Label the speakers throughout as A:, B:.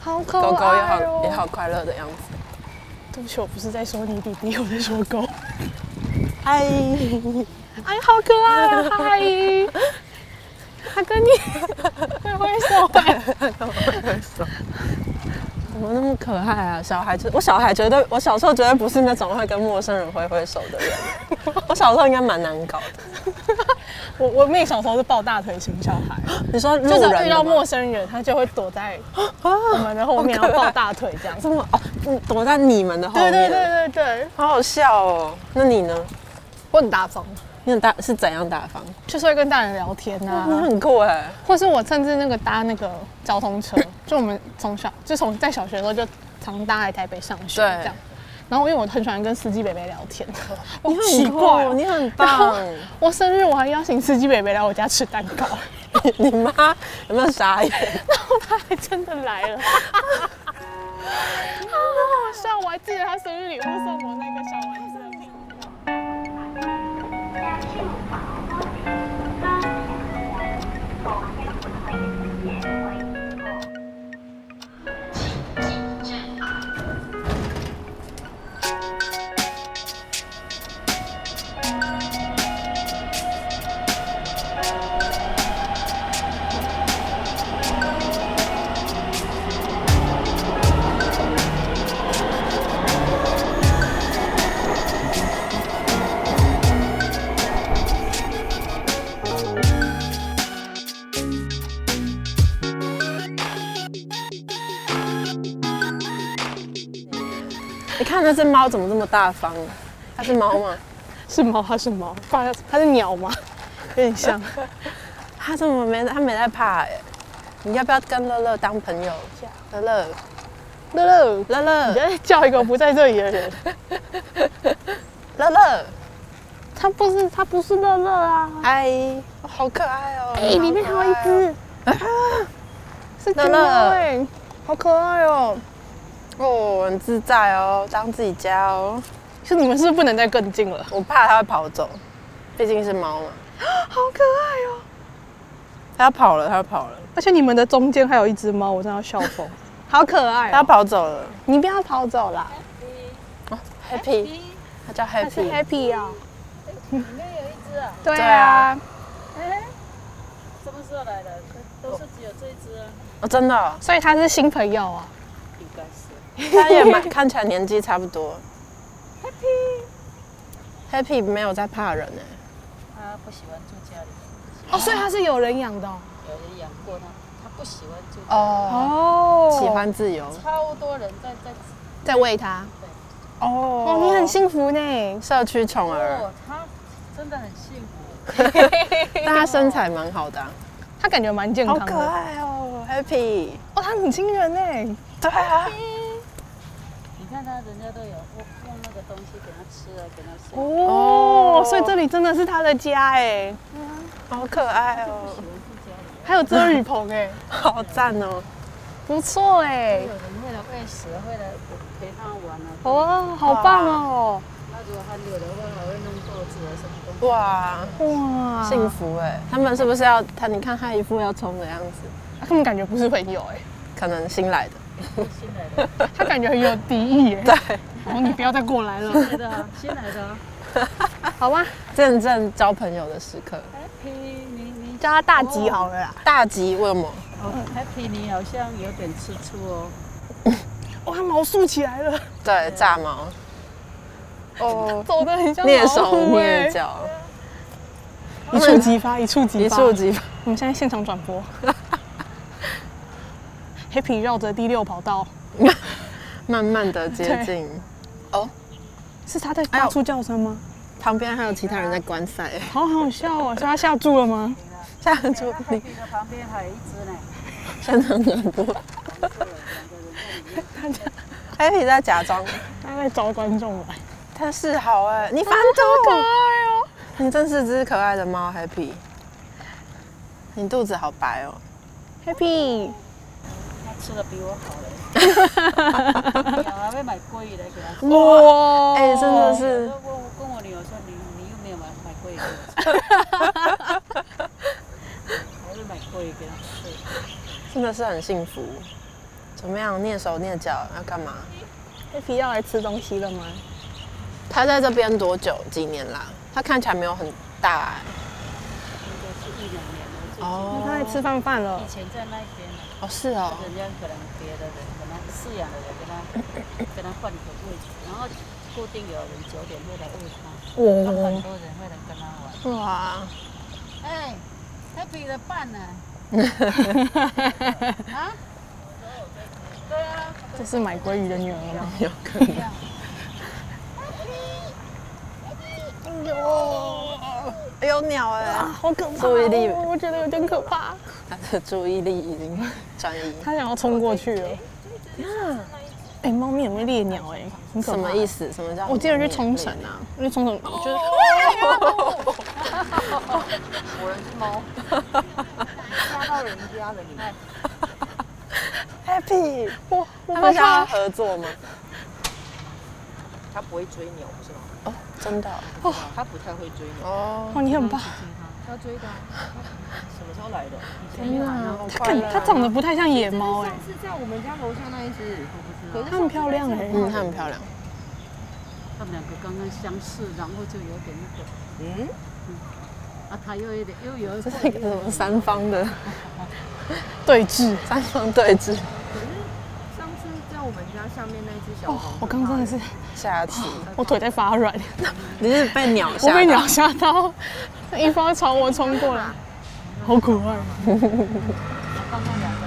A: 好可爱、
B: 狗
A: 哦、
B: 狗也好也好快乐的样子。
A: 对不起，我不是在说你弟弟，我在说狗。哎，哎，好可爱啊！ 嗨，他跟你挥挥手哎，
B: 怎么那么可爱啊？小孩就我小孩绝对，我小时候绝对不是那种会跟陌生人挥挥手的人。 我小时候应该蛮难搞的。
A: 我我妹小时候是抱大腿型小孩，
B: 你说
A: 就
B: 路
A: 是遇
B: 人
A: 到
B: 的
A: 陌
B: 吗
A: 生人，她就会躲在我们的后面，
B: 好可
A: 然
B: 爱
A: 后抱大腿这样。
B: 这么哦，嗯躲在你们的后
A: 对
B: 面，
A: 对对对对，
B: 好好笑哦。那你呢？
A: 我很大方，
B: 你很大是怎样大方？
A: 就是会跟大人聊天啊，
B: 你很酷哎，
A: 或是我甚至那个搭那个交通 车，就我们从小就从在小学的时候就常搭来台北上学
B: 对
A: 这样。然后因为我很喜欢跟司机北北聊天，我
B: 你
A: 很
B: 很
A: 奇
B: 酷
A: 怪哦，
B: 你很
A: 然后
B: 棒。
A: 我生日我还邀请司机北北来我家吃蛋 糕，
B: 你妈有没有傻眼？
A: 然后他还真的来了， 好好笑！我还记得他生日礼物送我那个小丸子的饼。
B: 你看那只猫怎么这么大方？它是猫吗？
A: 是猫，它是猫，不然它是鸟吗？有点像。
B: 它怎么没它没在怕哎？你要不要跟乐乐当朋友一下？乐乐，
A: 乐乐，
B: 乐乐
A: 你，在叫一个不在这里的人，
B: 乐乐，
A: 他不是他不是乐乐啊。
B: 嗨，哎好可爱哦！
A: 哎、里面还有一
B: 好可爱哦
A: 只，啊是
B: 乐
A: 乐
B: 乐
A: 乐哎，好可爱哦、
B: 哦，很自在哦，当自己家哦。
A: 是你们是不是不能再更近了？
B: 我怕它会跑走，毕竟是猫嘛。
A: 好可爱哦、
B: 它要跑了，它要跑了，
A: 而且你们的中间还有一只猫，我真的要笑疯， 好可爱
B: 它要
A: 哦、
B: 跑走了。
A: 你不要跑走啦，
B: Happy，它叫
A: 它是
B: Happy。
A: happy 哦、
C: 里面有一只啊，
A: 对
B: 对啊
A: 啊，
C: 什么时候来的？都是只有这一只啊，
B: 哦，真的哦，
A: 所以它是新朋友啊。
C: 应该是。
B: 它也蛮看起来年纪差不多。Happy，Happy 没有在怕人哎。
C: 它不喜欢住家里，
A: 哦，所以它是有人养的哦、
C: 有人养过它，它不喜欢住家里。
B: 哦，
A: 哦
B: 喜欢自由，
C: 超多人在在
A: 在喂它。
B: 哦
A: 哦，你很幸福呢。
B: 社区宠儿，
C: 哦，它真的很幸福。
B: 但它身材蛮好的啊，
A: 它感觉蛮健康的。
B: 爱哦，Happy。
A: 哦，它很亲人呢。
B: 对啊，
C: 你看它，人家都有用那个东西给它吃啊，给它睡。
A: 哦
B: 哦，
A: 所以这里真的是他的家哎，
B: 好可爱哦，
A: 还有遮雨棚
B: 欸
A: 哎，
B: 好赞哦。
A: 不错哎
C: 有，人为了喂食，为了陪它玩啊。
A: 哇，好棒哦，
C: 那如果它扭的话，还会弄豆子啊什 么东西。
B: 哇，
A: 哇，
B: 幸，福哎！他们是不是要他？你看他一副要冲的样子，
A: 他们感觉不是朋友哎，
B: 可能新来的。
C: 新来的，
A: 他感觉很有敌意 哎，
B: 对，
A: 哦，你不要再过来了，
C: 新来的啊，新来的啊。
A: 好吧，
B: 见证交朋友的时刻。
C: Happy，你你
A: 叫他大吉好了啦，
B: 大吉为什么？
C: 哦，Happy，你好像有点吃醋哦。
A: 哇，他毛竖起来了，
B: 对，炸毛。哦，
A: 走的很像
B: 蹑
A: 老
B: 手
A: 虎哎
B: 蹑，脚，
A: 一触即发，一触即
B: 一
A: 发，
B: 触，即发。
A: 我们现在现场转 播，Happy 绕着第六跑道，
B: 慢慢的接近。
A: 是他在发
B: 哎呦
A: 出叫声吗？
B: 旁边还有其他人在观赛，欸
A: 好好笑哦！所以他下注了吗？
B: 下出你
C: 的旁边还有一只呢，
B: 现场很多。他 Happy 在假装，
A: 他在招观众来。
B: 他示好哎，你翻
A: 可
B: 肚，
A: 爱哦！
B: 你真是只可爱的猫 Happy。你肚子好白哦，
A: Happy，
C: 它吃的比我好嘞。我还会买鲑鱼来给它吃。
A: 哇，
B: 哎，真的是
C: 我我跟我女儿说，你你又没有买买鲑鱼给我吃，还会买鲑鱼给它吃。
B: 真的是很幸福。怎么样？蹑手蹑脚要干嘛？
A: 那皮要来吃东西了吗？
B: 他在这边多久？几年啦？他看起来没有很大、
C: 是一两年了，最近
B: 哦
A: 他来吃饭饭了
C: 以。前在那边呢，
B: 哦，是哦，
C: 人家可能别的人可能饲养的人跟他跟他换个位置，然后固定有人九点会来喂他，
A: 我
C: 有很多人会来跟他玩。
B: 哇，
C: 哎，他比了半呢。啊？对啊，
A: 这是买鲑鱼的女儿吗？
B: 有可能
C: 这样。
B: 有鸟哎、
A: 好可怕、哦
B: 注意力
A: 我觉得有点可怕。
B: 他的注意力已经转移，
A: 它想要冲过去了。哎、猫咪很会猎鸟哎、很可怕。
B: 什么意
A: 思？
B: 思？什么叫？
A: 我记得去冲绳，啊，去冲绳 就是
C: 我人是猫，吓到人家了你。
B: Happy，
A: 我我
B: 他
A: 好
B: 们想要
A: 怕，
B: 合作吗？
C: 他不会追牛，不是吗？
B: 哦，真的
C: 他不太会追牛。
B: 哦，
A: 哦你很怕。
C: 他追的啊，什么时候来的？
B: 天哪，好
A: 它
B: 快
A: 感
B: 乐啊
A: 它长得不太像野猫哎、
D: 是在我们家楼下那一只，可是
A: 它很漂亮哎、
B: 嗯，它很漂亮，
C: 他们两个刚刚相识，然后就有点
D: 嗯，
C: 那个，啊，他又有点又有一
B: 这
C: 点，
B: 是一个什么三方 的
A: 对峙。
B: 三方对峙，
D: 上次在我们家下面那一只小
A: 哦
D: 红，，
A: 我刚刚真的是，
B: 下棋，
A: 我腿在发软，
B: 哦你是被鸟吓
A: 我
B: 到？
A: 被鸟吓到，那一方朝我冲过来，好可爱。
C: 刚刚两个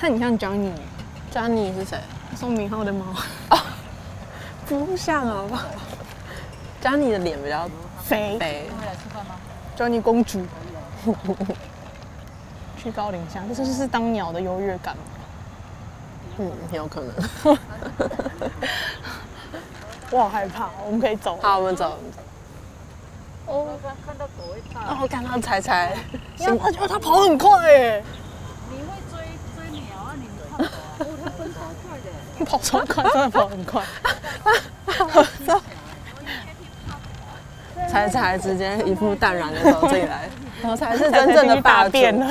A: 它很像 Johnny，欸
B: ，Johnny 是谁？
A: 宋明浩的猫，
B: 不像好不好？Johnny 的脸比较
A: 肥
B: 肥，
C: 会来吃饭吗？
A: Johnny 公主。居高临下，这就是当鸟的优越感嘛。
B: 嗯，有可能。
A: 我好害怕，我们可以走了。
B: 好，我们走。
C: 哦，刚看到狗会怕，
B: 哦，我看到彩彩，
A: 呀，他觉得它跑很快哎，
C: 你会追追鸟啊？你怕狗啊？哦，它奔超快的。
A: 跑超快，真的跑很快。
B: 彩彩直接一副淡然的走进来，然后才是
A: 它
B: 真正
A: 已
B: 的
A: 经
B: 霸
A: 大
B: 主。
A: 便了。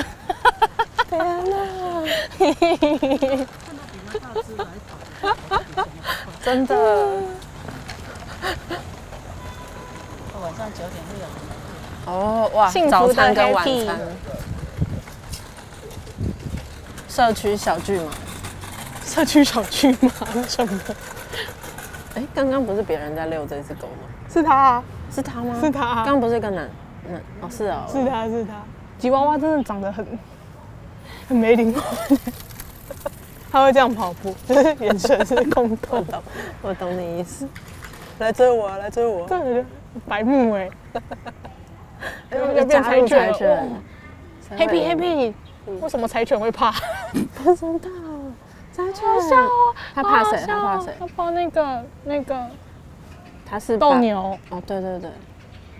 B: 真的。
C: 晚上九点会有人
B: 哦，哇，
A: 幸福的
B: 早餐跟晚
A: happy
B: 餐。社区小聚吗？
A: 社区小区吗？什么？
B: 哎，刚刚不是别人在遛这只狗吗？
A: 是它啊，
B: 是他吗？
A: 是他啊
B: 刚刚不是一个男男哦，是哦，
A: 是它，是它。吉娃娃真的长得很很没灵魂，它会这样跑步，就是眼神是空洞的。
B: 我懂你意思。来追我啊，来追我！
A: 对，白目哎。
B: 又
A: 又变柴
B: 入
A: 犬
B: 柴
A: 了
B: 犬。谁会
A: Happy Happy，为什么柴犬会怕？
B: 不知道，柴犬。他怕
A: 好
B: 谁
A: 好笑哦
B: 他怕谁
A: 他怕那个那个
B: 他是
A: 斗
B: 把。
A: 牛，
B: 哦，对对对，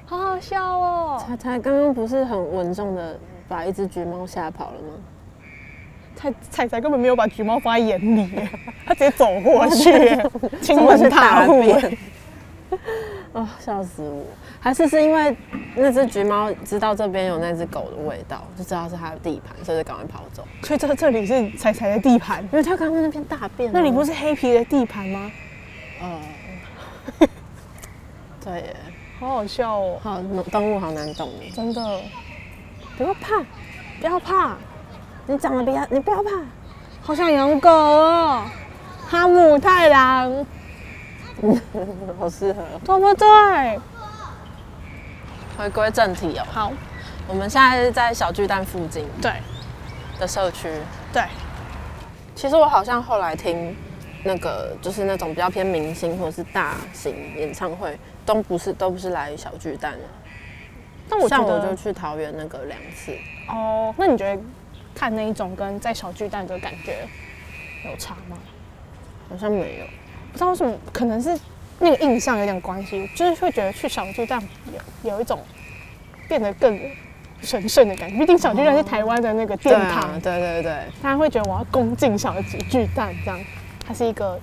A: 好好笑哦。
B: 他他刚刚不是很稳重的把一只橘猫吓跑了吗？
A: 彩彩彩根本没有把橘猫放在眼里耶， 他直接走过去耶， 亲吻踏户耶。
B: 哦，笑死我！还是是因为那只橘猫知道这边有那只狗的味道，就知道是它的地盘，所以就赶快跑走。
A: 所以这这里是彩彩的地盘，
B: 因为它刚刚那边大便啊、
A: 那里不
B: 是
A: 是黑皮的地盘吗？
B: 对耶？
A: 好好笑哦，
B: 好，动物好难懂哦。
A: 真的。
B: 不要怕，不要怕，你长得比较，你不要怕，
A: 好想养狗哦，哈姆太郎，
B: 好适合。
A: 对不对？
B: 回归正题哦，
A: 好，
B: 我们现在是在小巨蛋附近
A: 对
B: 的社区。
A: 对，
B: 其实我好像后来听那个，就是那种比较偏明星或者是大型演唱会，都不是都不是来小巨蛋的。
A: 但我觉
B: 像
A: 得
B: 我就去桃园那个两次，
A: 哦，那你觉得看那一种跟在小巨蛋的感觉有差吗？
B: 好像没有。
A: 不知道为什么，可能是那个印象有点关系，就是会觉得去小巨蛋有有一种变得更神圣的感觉。毕竟小巨蛋是台湾的那个殿堂，
B: 对啊对对，
A: 大家会觉得我要恭敬小巨巨蛋这样，它是一个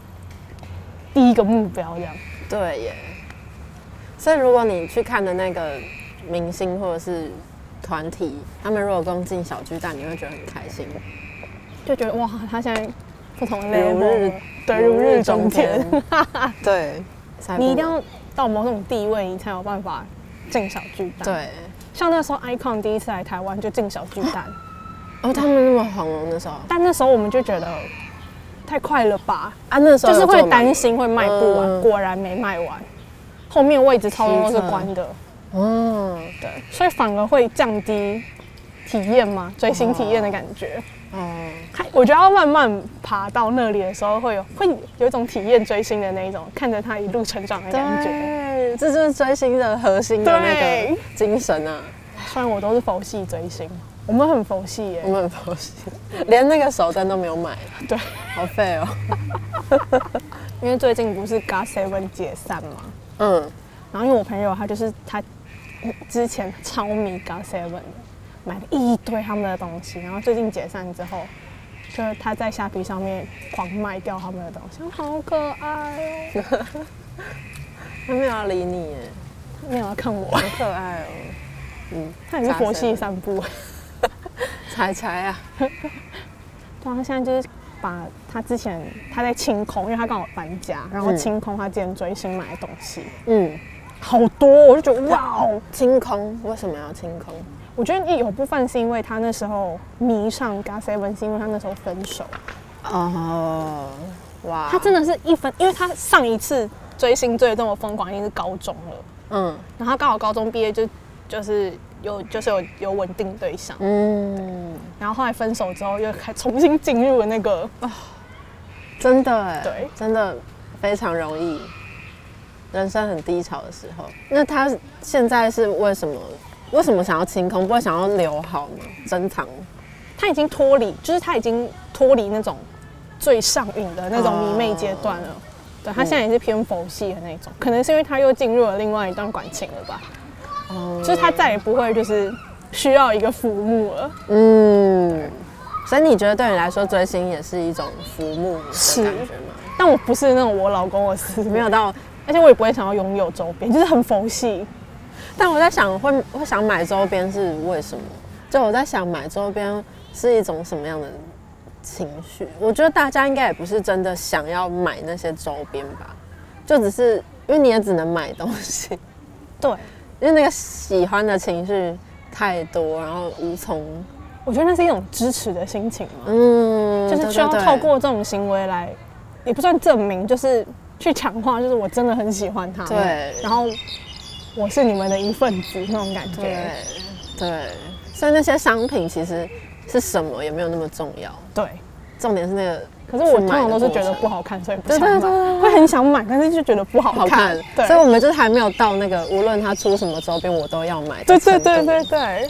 A: 第一个目标这样。
B: 对耶。所以如果你去看的那个明星或者是团体，他们如果攻进小巨蛋，你会觉得很开心。
A: 就觉得哇，他现在不同的 level，
B: 如日
A: 了对，如日中天。，
B: 对，塞不
A: 你一定
B: 完
A: 要到某种地位，你才有办法进小巨蛋。，
B: 对。
A: 像那时候 Icon 第一次来台湾就进小巨蛋，
B: 哦，他们那么红哦，那时候
A: 但那时候我们就觉得太快了吧，
B: 啊，那时候
A: 就是
B: 有
A: 会
B: 坐满
A: 担心会卖不完，
B: 嗯
A: 果然没卖完，后面位置超多都是关的，
B: 哦，
A: 对，所以反而会降低体验嘛，追星体验的感觉。
B: 哦，
A: 还我觉得要慢慢爬到那里的时候，会有会有一种体验追星的那一种，看着他一路成长的感觉。
B: 对，这就是追星的核心的那
A: 对
B: 个精神啊。
A: 虽然我都是佛系追星，我们很佛系耶、
B: 我们很佛系，连那个手灯都没有买，
A: 对，
B: 好废哦。
A: 因为最近不是 g o Seven 解散嘛，
B: 嗯，
A: 然后因为我朋友他就是他嗯之前超迷 g o Seven 的，买了一堆他们的东西，然后最近解散之后，就是他在虾皮上面狂卖掉他们的东西，好可爱哦、
B: 他没有要理你耶，
A: 没有要看我，
B: 好可爱哦。
A: 他也是佛系散步。
B: 彩彩啊，
A: 对啊，他现在就是把他之前他在清空，因为他刚好搬家，然后
B: 嗯
A: 清空他之前追星买的东西，
B: 嗯，
A: 好多，我就觉得哇哦。
B: 清空为什么要清空？
A: 我觉得有部分是因为他那时候迷上 g a Seven，是因为他那时候分手，
B: 哦，哇，
A: 他真的是一分，因为他上一次追星追的这么疯狂已经是高中了，
B: 嗯
A: 然后他刚好高中毕业就就是有就是有有稳定对象，
B: 嗯，
A: 然后后来分手之后又还重新进入了那个
B: 真的哎，
A: 对
B: 真的非常容易。人生很低潮的时候，那他现在是为什么？为什么想要清空？不会想要留好吗？珍藏？
A: 他已经脱离，就是他已经脱离那种最上瘾的那种迷妹阶段了。对他现在也是偏佛系的那种，可能是因为他又进入了另外一段感情了吧，
B: 哦，
A: 就是他再也不会就是需要一个父母了。
B: 嗯，所以你觉得对你来说追星也是一种服务的感觉吗？
A: 但我不是那种我老公我死
B: 没
A: 没有
B: 有，到，
A: 而且我也不会想要拥有周边，就是很佛系。
B: 但我在想会会想买周边是为什么？就我在想买周边是一种什么样的情绪？我觉得大家应该也不是真的想要买那些周边吧，就只是因为你也只能买东西，
A: 对，
B: 因为那个喜欢的情绪太多，然后无从，
A: 我觉得那是一种支持的心情嘛，
B: 嗯，
A: 就是需要
B: 对对对
A: 透过这种行为来，也不算证明，就是去强化，就是我真的很喜欢他们。
B: 对
A: 然后我是你们的一份子那种感
B: 对
A: 觉。
B: 对，所以那些商品其实是什么也没有那么重要，
A: 对。
B: 重点是那个
A: 可是我通
B: 去买的
A: 常都是觉得
B: 过程
A: 不好看，所以不
B: 对
A: 想
B: 对
A: 买。
B: 对对
A: 会很想买，但是就觉得不好
B: 好看
A: 看。对。
B: 所以我们就是还没有到那个无论它出什么周边我都要买的
A: 对对
B: 程度嗯
A: 对对。对，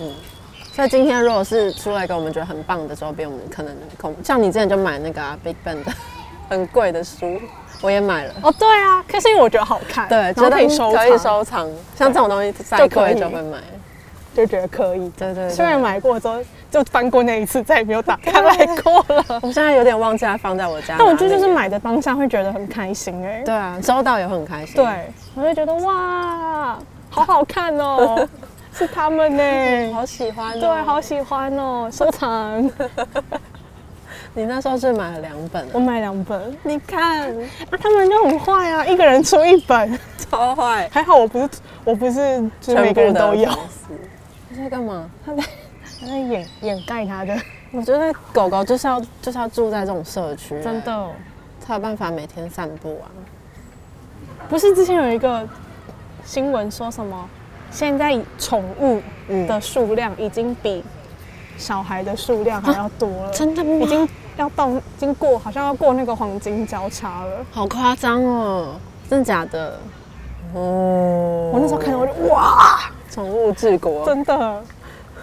B: 所以今天如果是出了一个我们觉得很棒的周边，我们可能恐像你之前就买那个、啊、Big Bang 的 很贵的书，我也买了。
A: 哦对啊，可是因为我觉得好看，
B: 对，
A: 然后
B: 觉得
A: 可以收
B: 可以
A: 藏，
B: 收藏，像这种东西再
A: 就可
B: 贵
A: 以
B: 就会买。
A: 就觉得可以。
B: 对对对
A: 虽然买过之后就翻过那一次，再也没有打开来过了。
B: 我现在有点忘记它放在我家哪里了。
A: 但我觉得就是买的当下会觉得很开心哎、
B: 对啊，收到也会很开心。
A: 对，我就觉得哇，好好看 哦，是他们呢、
B: 好喜欢、哦。
A: 对，好喜欢哦，收藏。
B: 你那时候是买了两本、啊
A: 我买两本，
B: 你看，
A: 啊，他们就很坏啊，一个人出一本，
B: 超坏，
A: 还好我不是，我不是，就是每个人都有。。
B: 你在干嘛？
A: 他在掩掩盖他的，
B: 我觉得狗狗就是要就是要住在这种社区、啊
A: 真，的，哦
B: 才有办法每天散步啊。
A: 不是之前有一个新闻说什么，现在宠物
B: 嗯
A: 的数量已经比小孩的数量还要多了，
B: 啊真的吗
A: 已经要到已经过，好像要过那个黄金交叉了。
B: 好夸张哦，真的假的？哦，
A: 我那时候看到我就哇，
B: 宠物治国，
A: 真的，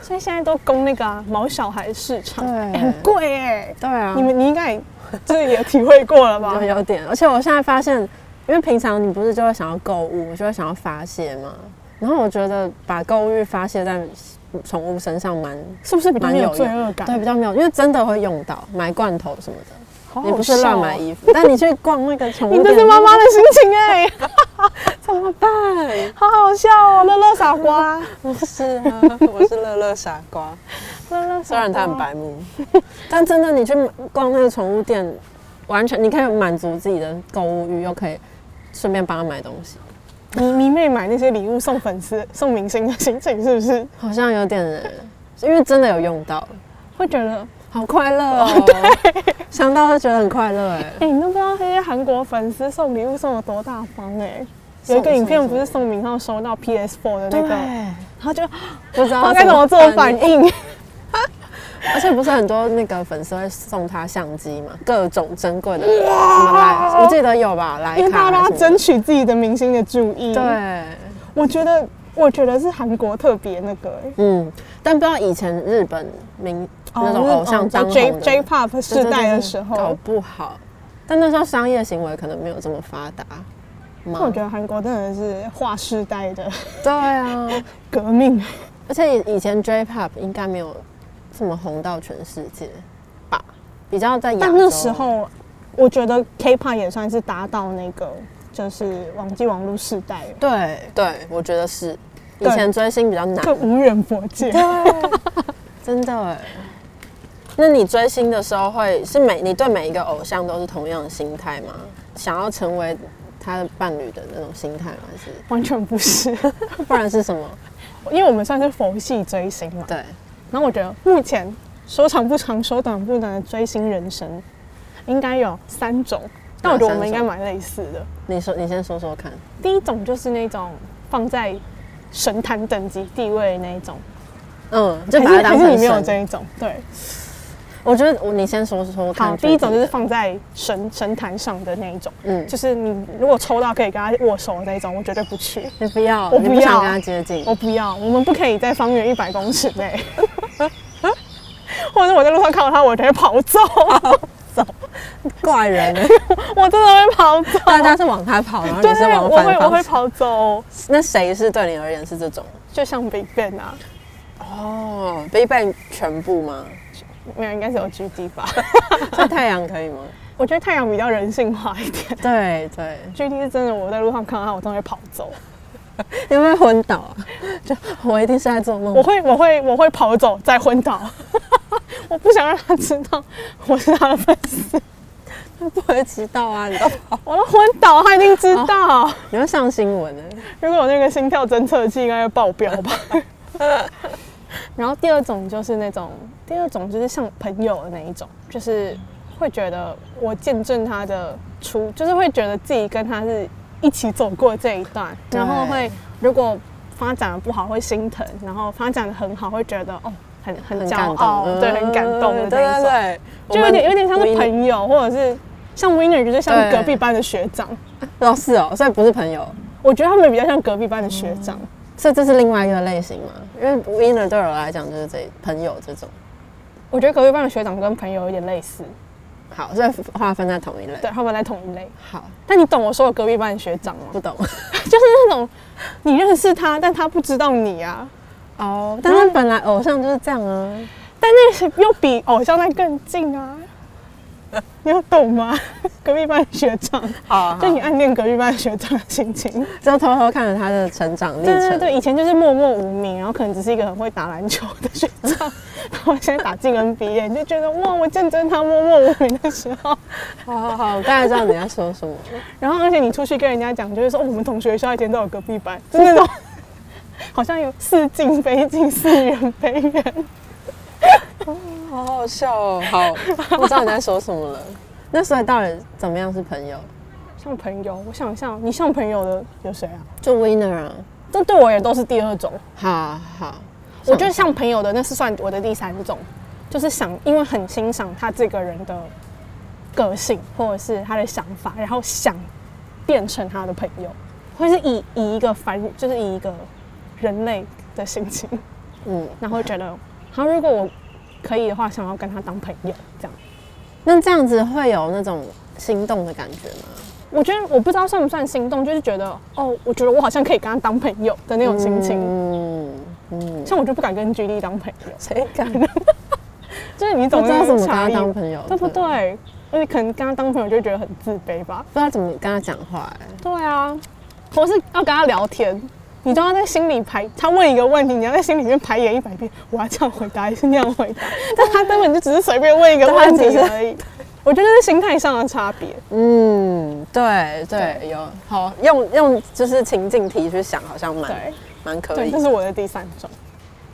A: 所以现在都供那个、啊、毛小孩市场，
B: 对
A: 哎很贵哎、
B: 对啊，
A: 你们你应该也就是也体会过了吧
B: 有？啊有点，而且我现在发现，因为平常你不是就会想要购物，就会想要发泄嘛。然后我觉得把购物欲发泄在宠物身上蛮
A: 是不是比较
B: 蛮
A: 没有
B: 有
A: 罪
B: 用
A: 恶感？
B: 对，比较没有，因为真的会用到买罐头什么的。
A: 好好
B: 你不是
A: 笑
B: 乱
A: 哦
B: 买，衣服，但你去逛那个宠物
A: 你
B: 店，
A: 这是妈妈的心情哎、
B: 怎么办？
A: 好好笑哦，乐乐傻 瓜，
B: 不是啊，我是乐乐傻 瓜，
A: 乐乐傻瓜。
B: 虽然他很，白目，但真的你去逛那个宠物店，完全你可以满足自己的购物欲，又可以顺便帮他买东西，
A: 你你妹买那些礼物送粉丝、送明星的心情是不是
B: 好像有点欸，因为真的有用到，
A: 会觉得？
B: 好快乐哦！对， 想到就觉得很快乐哎。
A: 哎、你都不知道那些韩国粉丝送礼物送的多大方哎、有一个
B: 送
A: 影片
B: 送
A: 不是宋明浩收到 PS4 的那
B: 对
A: 个，，然后就
B: 不知
A: 他
B: 道
A: 该怎么做反
B: 应，
A: 应。
B: 而且不是很多那个粉丝会送他相机嘛，各种珍贵的什么来，我记得有吧，来
A: 因为大
B: 卡
A: 家
B: 还
A: 都
B: 是
A: 要
B: 什
A: 争
B: 么
A: 取自己的明星的注意。
B: 对，
A: 我觉得，我觉得是韩国特别那个、欸，
B: 嗯，但不知道以前日本明哦那种偶像当红的
A: 嗯哦 J J Pop
B: 对对
A: 时
B: 对
A: 代的
B: 对
A: 时
B: 搞
A: 候，
B: 不好，但那时候商业行为可能没有这么发达
A: 那我
B: 嘛。
A: 觉得韩国真的是划时代的
B: 对啊，
A: 革 命。
B: 而且以以前 J-pop 应该没有这么红到全世界吧，比较在亚洲。
A: 但那时候，我觉得 K-pop 也算是达到那个就是网际网络时代了，
B: 对对，我觉得是以
A: 对
B: 前追星比较难，
A: 更无人佛界。
B: 啊真的哎。那你追星的时候会是每你对每一个偶像都是同样的心态吗？想要成为他的伴侣的那种心态吗？还是
A: 完全不是，
B: 不然是什么？
A: 因为我们算是佛系追星嘛。
B: 对，
A: 然后我觉得目前说长不长，说短不短的追星人生，应该有三种。但我觉得我们应该蛮类似的。
B: 你说你先说说看。
A: 第一种就是那种放在神坛等级地位的那一种，
B: 嗯，就
A: 还
B: 把它
A: 是
B: 当
A: 还
B: 成
A: 是你没有
B: 神
A: 这一种？对，
B: 我觉得我你先说说看。
A: 好，第一种就是放在神神坛上的那一种，
B: 嗯，
A: 就是你如果抽到可以跟他握手的那一种，我绝对不去，
B: 你不要，
A: 我
B: 你
A: 不
B: 想
A: 要
B: 跟他接近。
A: 我不要，我们不可以在方圆一百公尺内。 或者是我在路上看到他，我就会跑走，
B: 怪人， 欸
A: 我真的会跑走。
B: 大家是往他跑，然后
A: 对
B: 你是，往
A: 我会
B: 反
A: 我会
B: 方向。
A: 跑走，
B: 那谁是对你而言是这种？
A: 就像 Big Bang 啊，
B: 哦，Big Bang 全部 吗？
A: 没有，应该是有 GD 吧。
B: 这太阳可以吗？
A: 我觉得太阳比较人性化一点
B: 对对，
A: ，GD 是真的，我在路上看到他，我真的会跑走，
B: 你会不会昏倒啊？就我一定是在做梦
A: 我。会我会我会跑走再昏倒， 我不想让他知道我是他的粉丝，
B: 我不会知道啊，你都跑，
A: 我都昏倒，他一定知道。
B: 你会上新闻欸呢、
A: 如果有那个心跳侦测器，应该会爆表吧。 然后第二种就是那种，第二种就是像朋友的那一种，就是会觉得我见证他的出，就是会觉得自己跟他是一起走过这一段，
B: 对
A: 然后会如果发展的不好会心疼，然后发展的很好会觉得哦很很
B: 很
A: 骄
B: 感
A: 傲，
B: 动，
A: 对，很感动的
B: 嗯对
A: 那一
B: 对
A: 种，
B: 对，
A: 就有点有点像是
B: 友
A: 朋友，或者是像 Winner 就是像
B: 对
A: 隔壁班的学长，
B: 哦，是哦，所以不是朋友，
A: 我觉得他们比较像隔壁班的学长。
B: 所以这是另外一个类型嘛？因为 winner 对我来讲就是这朋友这种，
A: 我觉得隔壁班的学长跟朋友有点类似，
B: 好，所以划分在同一类。
A: 对，他们在同一类。
B: 好，
A: 但你懂我说的隔壁班的学长吗？
B: 不懂
A: 就是那种你认识他，但他不知道你啊。
B: 哦，但是本来偶像就是这样啊，
A: 但那是又比偶像在更近 啊，你有懂吗？ 隔壁班的学长，
B: 好
A: 就
B: 就
A: 你
B: 你
A: 暗恋隔壁班的学长的心情。
B: 就偷偷看着他的成长历
A: 对
B: 程，
A: 对对，以前就是默默无名，然后可能只是一个很会打篮球的学 长，然后现在打进 NBA，你就觉得哇，我见证他默默无名的时候。
B: 好好好，我大概知道你在 说什么，
A: 然后，而且你出去跟人家讲，就是说、哦我们同学校以前都有隔壁班，就那种 好像有似近非近，似远非远。
B: 好好笑哦，好，我知道你在说什么了。那所以到底怎么样是朋友？
A: 像朋友，我想一下，你像朋友的有谁啊？
B: 就 winner 啊，
A: 这对我也都是第二种。
B: 好好，
A: 我觉得像朋友的那是算我的第三种，就是想因为很欣赏他这个人的个性或者是他的想法，然后想变成他的朋友，或是以以一个凡就是以一个人类的心情
B: 嗯，
A: 然后觉得，好，如果我可以的话，想要跟他当朋友这样。
B: 那这样子会有那种心动的感觉吗？
A: 我觉得我不知道算不算心动，就是觉得哦，我觉得我好像可以跟他当朋友的那种心情。
B: 嗯嗯，
A: 像我就不敢跟 G D 当朋友，
B: 谁敢？
A: 就是你
B: 不
A: 懂
B: 知
A: 那
B: 道怎
A: 种
B: 么跟
A: 差
B: 他
A: 异，
B: 当朋友，
A: 对不对？？而且可能跟他当朋友就会觉得很自卑吧。
B: 不知道怎么跟他讲话、哎，
A: 对啊，或是要跟他聊天，你都要在心里排，他问一个问题，你要在心里面排演 一百遍，我要这样回答还是那样回答，但他根本就只是随便问一个问题而已。我觉得是心态上的差别。
B: 嗯，对对，有好用用就是情境题去想，好像蛮
A: 对
B: 蛮可
A: 对，
B: 以
A: 这。是我的第三种。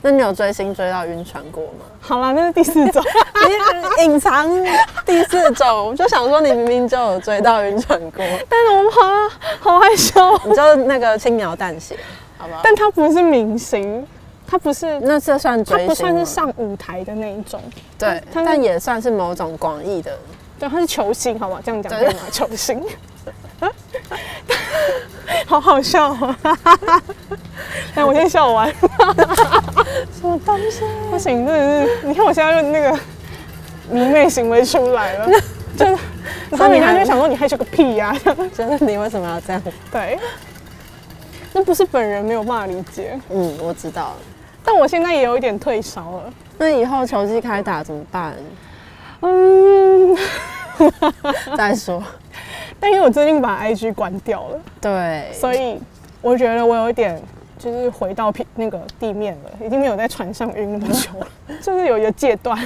B: 那你有追星追到晕船过 吗？
A: 好啦，那是第四种。
B: 你隐藏第四种，我就想说你明明就有追到晕船过，
A: 但是我怕，好害羞。
B: 你就那个轻描淡写，好不好？
A: 但他不是明星，他不是，
B: 那这算
A: 他
B: 追星吗？
A: 不算是上舞台的那一种。
B: 对，
A: 他是
B: 但也算是某种广 义的。
A: 对，他是球星，好吧，这样讲
B: 对
A: 干嘛？球星， 好好笑 啊！哎，我先笑完，什么东西、不行，真的是，你看我现在就那个迷妹行为出来了， 真的。然后你看就想说你害羞个屁啊呀、
B: 觉得你为什么要这样？
A: 对，那不是本人没有办法理解，
B: 嗯，我知道了。
A: 但我现在也有一点退烧了。
B: 那以后球季开打怎么办？
A: 嗯，
B: 再说。
A: 但因为我最近把 IG 关掉了。
B: 对，
A: 所以我觉得我有一点就是回到平那个地面了，已经没有在船上晕那么久了， 就是有一个戒断。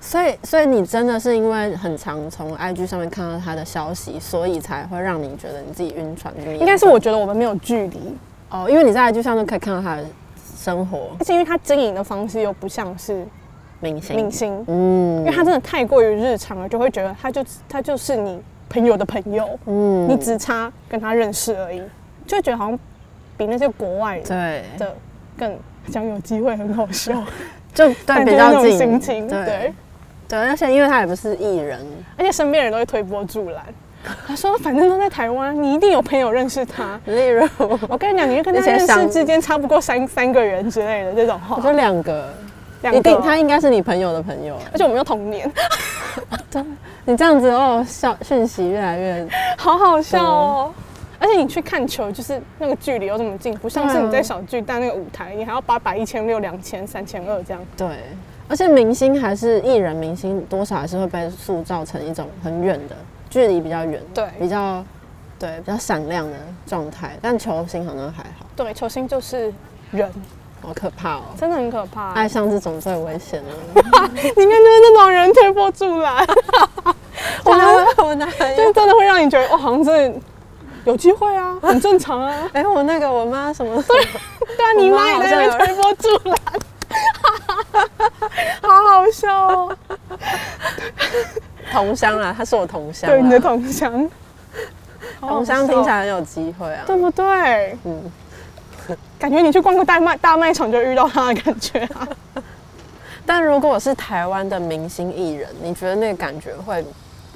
B: 所以所以你真的是因为很常从 IG 上面看到他的消息，所以才会让你觉得你自己晕船这么严重。
A: 应该是我觉得我们没有距离，
B: 哦，因为你在 IG 上面可以看到他的生活
A: 而且因为他经营的方式又不像是
B: 明星。
A: 明星，
B: 嗯
A: 因为他真的太过于日常了，就会觉得他就他就是你朋友的朋友，
B: 嗯
A: 你只差跟他认识而已，就会觉得好像比那些国外
B: 对，
A: 的更讲有机会很好笑，
B: 就对
A: 但就
B: 比
A: 是那
B: 较
A: 种
B: 近
A: 心情，
B: 对
A: 对。
B: 对，而且因为他也不是艺人，
A: 而且身边人都会推波助澜。他说：“反正都在台湾，你一定有朋友认识他。
B: 例如
A: 我跟你讲，你就跟他
B: 而且
A: 认识
B: 想
A: 之间差不过三三个人之类的这种话
B: 我，说两个，
A: 两
B: 哦一
A: 个
B: 定他应该是你朋友的朋友。
A: 而且我们又同年，
B: 你这样子哦，消讯息越来越
A: 好好笑哦。
B: 嗯
A: 而且你去看球，就是那个距离又这么近，不像是
B: 对啊
A: 你在小巨蛋那个舞台，你还要八百、一千六、两千、三千二这样。
B: 对，而且明星还是艺人，明星多少还是会被塑造成一种很远的距离比较远，
A: 对
B: 比较对比较闪亮的状态，但球星好像还好，
A: 对，球星就是人，
B: 好可怕哦。
A: 真的很可怕。
B: 爱上这种最危险了，
A: 你看，就是这种人推波助澜，
B: 我 哪我哪
A: 就
B: 有？
A: 真的会让你觉得，哦，好像真的有机会 啊，很正常啊。
B: 哎、我那个我妈什么时候？
A: 对啊，你妈也在那边推波助澜， 好好笑哦。
B: 同乡啦，她是我同乡啦，啊
A: 对，你的同 乡，
B: 同乡听起来很有机会啊
A: 好好笑，对不对？
B: 嗯
A: 嗯，感觉你去逛个大卖大卖场就遇到他的感觉啊。
B: 但如果是台湾的明星艺人，你觉得那个感觉会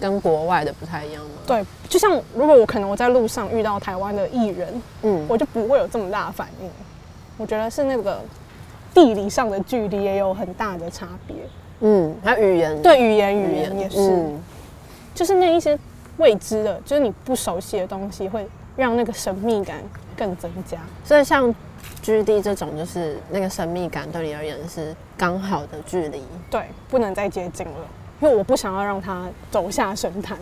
B: 跟国外的不太一样吗？
A: 对，就像如果我可能我在路上遇到台湾的艺人，
B: 嗯，
A: 我就不会有这么大的反应。我觉得是那个地理上的距离也有很大的差别，
B: 嗯，还有语言，
A: 对语言
B: 语
A: 语
B: 言
A: 言也是。
B: 嗯
A: 就是那一些未知的，就是你不熟悉的东西，会让那个神秘感更增加。
B: 所以像 G D 这种，就是那个神秘感对你而言是刚好的距离。
A: 对，不能再接近了，因为我不想要让它走下神坛。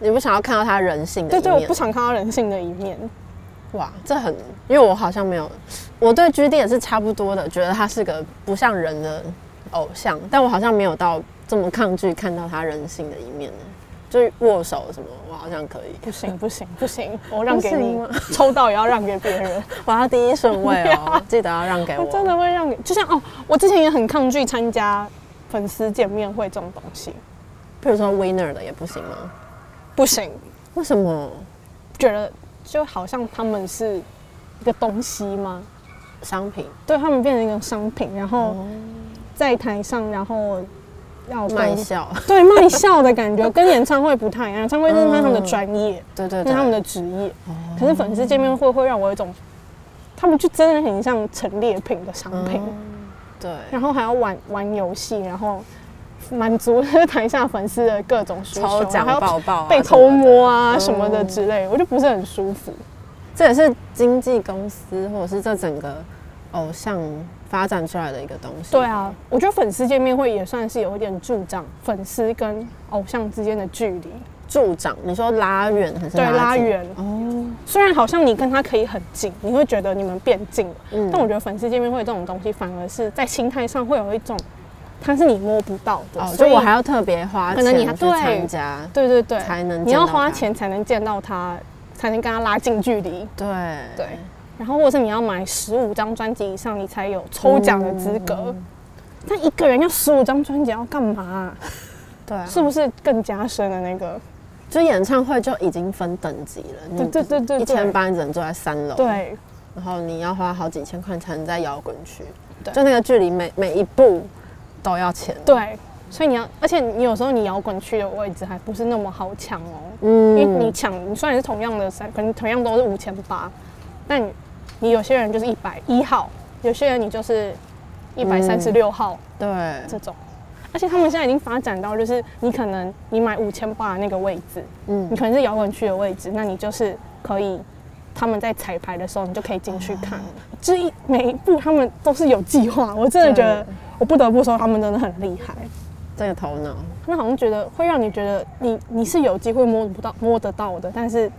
B: 你不想要看到他人性的
A: 对
B: 一面，
A: 对，我不想看到人性的一面。
B: 哇，这很，因为我好像没有，我对 G D 也是差不多的，觉得他是个不像人的偶像，但我好像没有到这么抗拒看到他人性的一面，就是握手什么，我好像可以，
A: 不行不行不行，我让给
B: 不
A: 你
B: 行吗，
A: 抽到也要让给别人。
B: 我要第一 顺位哦，记得要让给
A: 我
B: 我，
A: 啊 真的会让给，就像哦，我之前也很抗拒参加粉丝见面会这种东西，
B: 譬如说 winner 的也不行吗？
A: 不行，
B: 为什么？
A: 觉得就好像他们是一个东西吗？
B: 商品
A: 对他们变成一个商品，然后
B: 哦
A: 在台上，然后要跟
B: 卖笑，
A: 对卖笑的感觉，跟演唱会不太一样。演唱会是他们的专业，
B: 对嗯对
A: 那
B: 哦对，
A: 是他们的职业。可是粉丝见面会会让我有一种，他们就真的很像陈列品的商品，
B: 嗯对，
A: 然后还要玩玩游戏，然后满足台下粉丝的各种需
B: 抽
A: 求，
B: 奖
A: 还要
B: 抱抱、啊、
A: 被
B: 什么
A: 偷
B: 的，
A: 摸啊什么的之类，我就不是很舒服。
B: 这也是经纪公司或者是这整个偶像发展出来的一个东西。
A: 对，啊，我觉得粉丝见面会也算是有一点助长粉丝跟偶像之间的距离，
B: 助长你说拉远还是
A: 对，拉
B: 近？哦
A: 远。嗯虽然好像你跟他可以很近，你会觉得你们变近了，
B: 嗯
A: 但我觉得粉丝见面会这种东西，反而是在心态上会有一种它是你摸不到的，
B: 哦，
A: 所
B: 就
A: 以
B: 我还要特别花
A: 可能你
B: 钱去
A: 对
B: 参加，
A: 对对对，
B: 才能
A: 你
B: 见
A: 要
B: 到
A: 花
B: 它
A: 钱才能见到它，才能跟它拉近距离。
B: 对
A: 对，然后或者是你要买十五张专辑以上，你才有抽奖的资格。
B: 嗯
A: 但一个人要十五张专辑要干嘛啊、
B: 对啊，
A: 是不是更加深了那个？
B: 就演唱会就已经分等级了，你
A: 对对对对
B: 一
A: 对
B: 千八你只能坐在三楼，，
A: 对，
B: 然后你要花好几千块才能在摇滚区，
A: 对
B: 就那个距离每每一步都要钱，
A: 对，所以你要，而且你有时候你摇滚区的位置还不是那么好抢哦，因为
B: 嗯
A: 你抢，你虽然是同样的三，可能同样都是五千八，但你你有些人就是一百一号，有些人你就是一百三十六号
B: 对，
A: 这种。而且他们现在已经发展到，就是你可能你买五千八的那个位置，
B: 嗯
A: 你，可能是摇滚区的位置，那你就是可以，他们在彩排的时候，你就可以进去
B: 哦
A: 看。这一每一步他们都是有计划，我真的觉得
B: 对，
A: 我不得不说他们真的很厉害。
B: 这个头脑，
A: 那好像觉得会让你觉得你你是有机会摸不到摸得到的，但是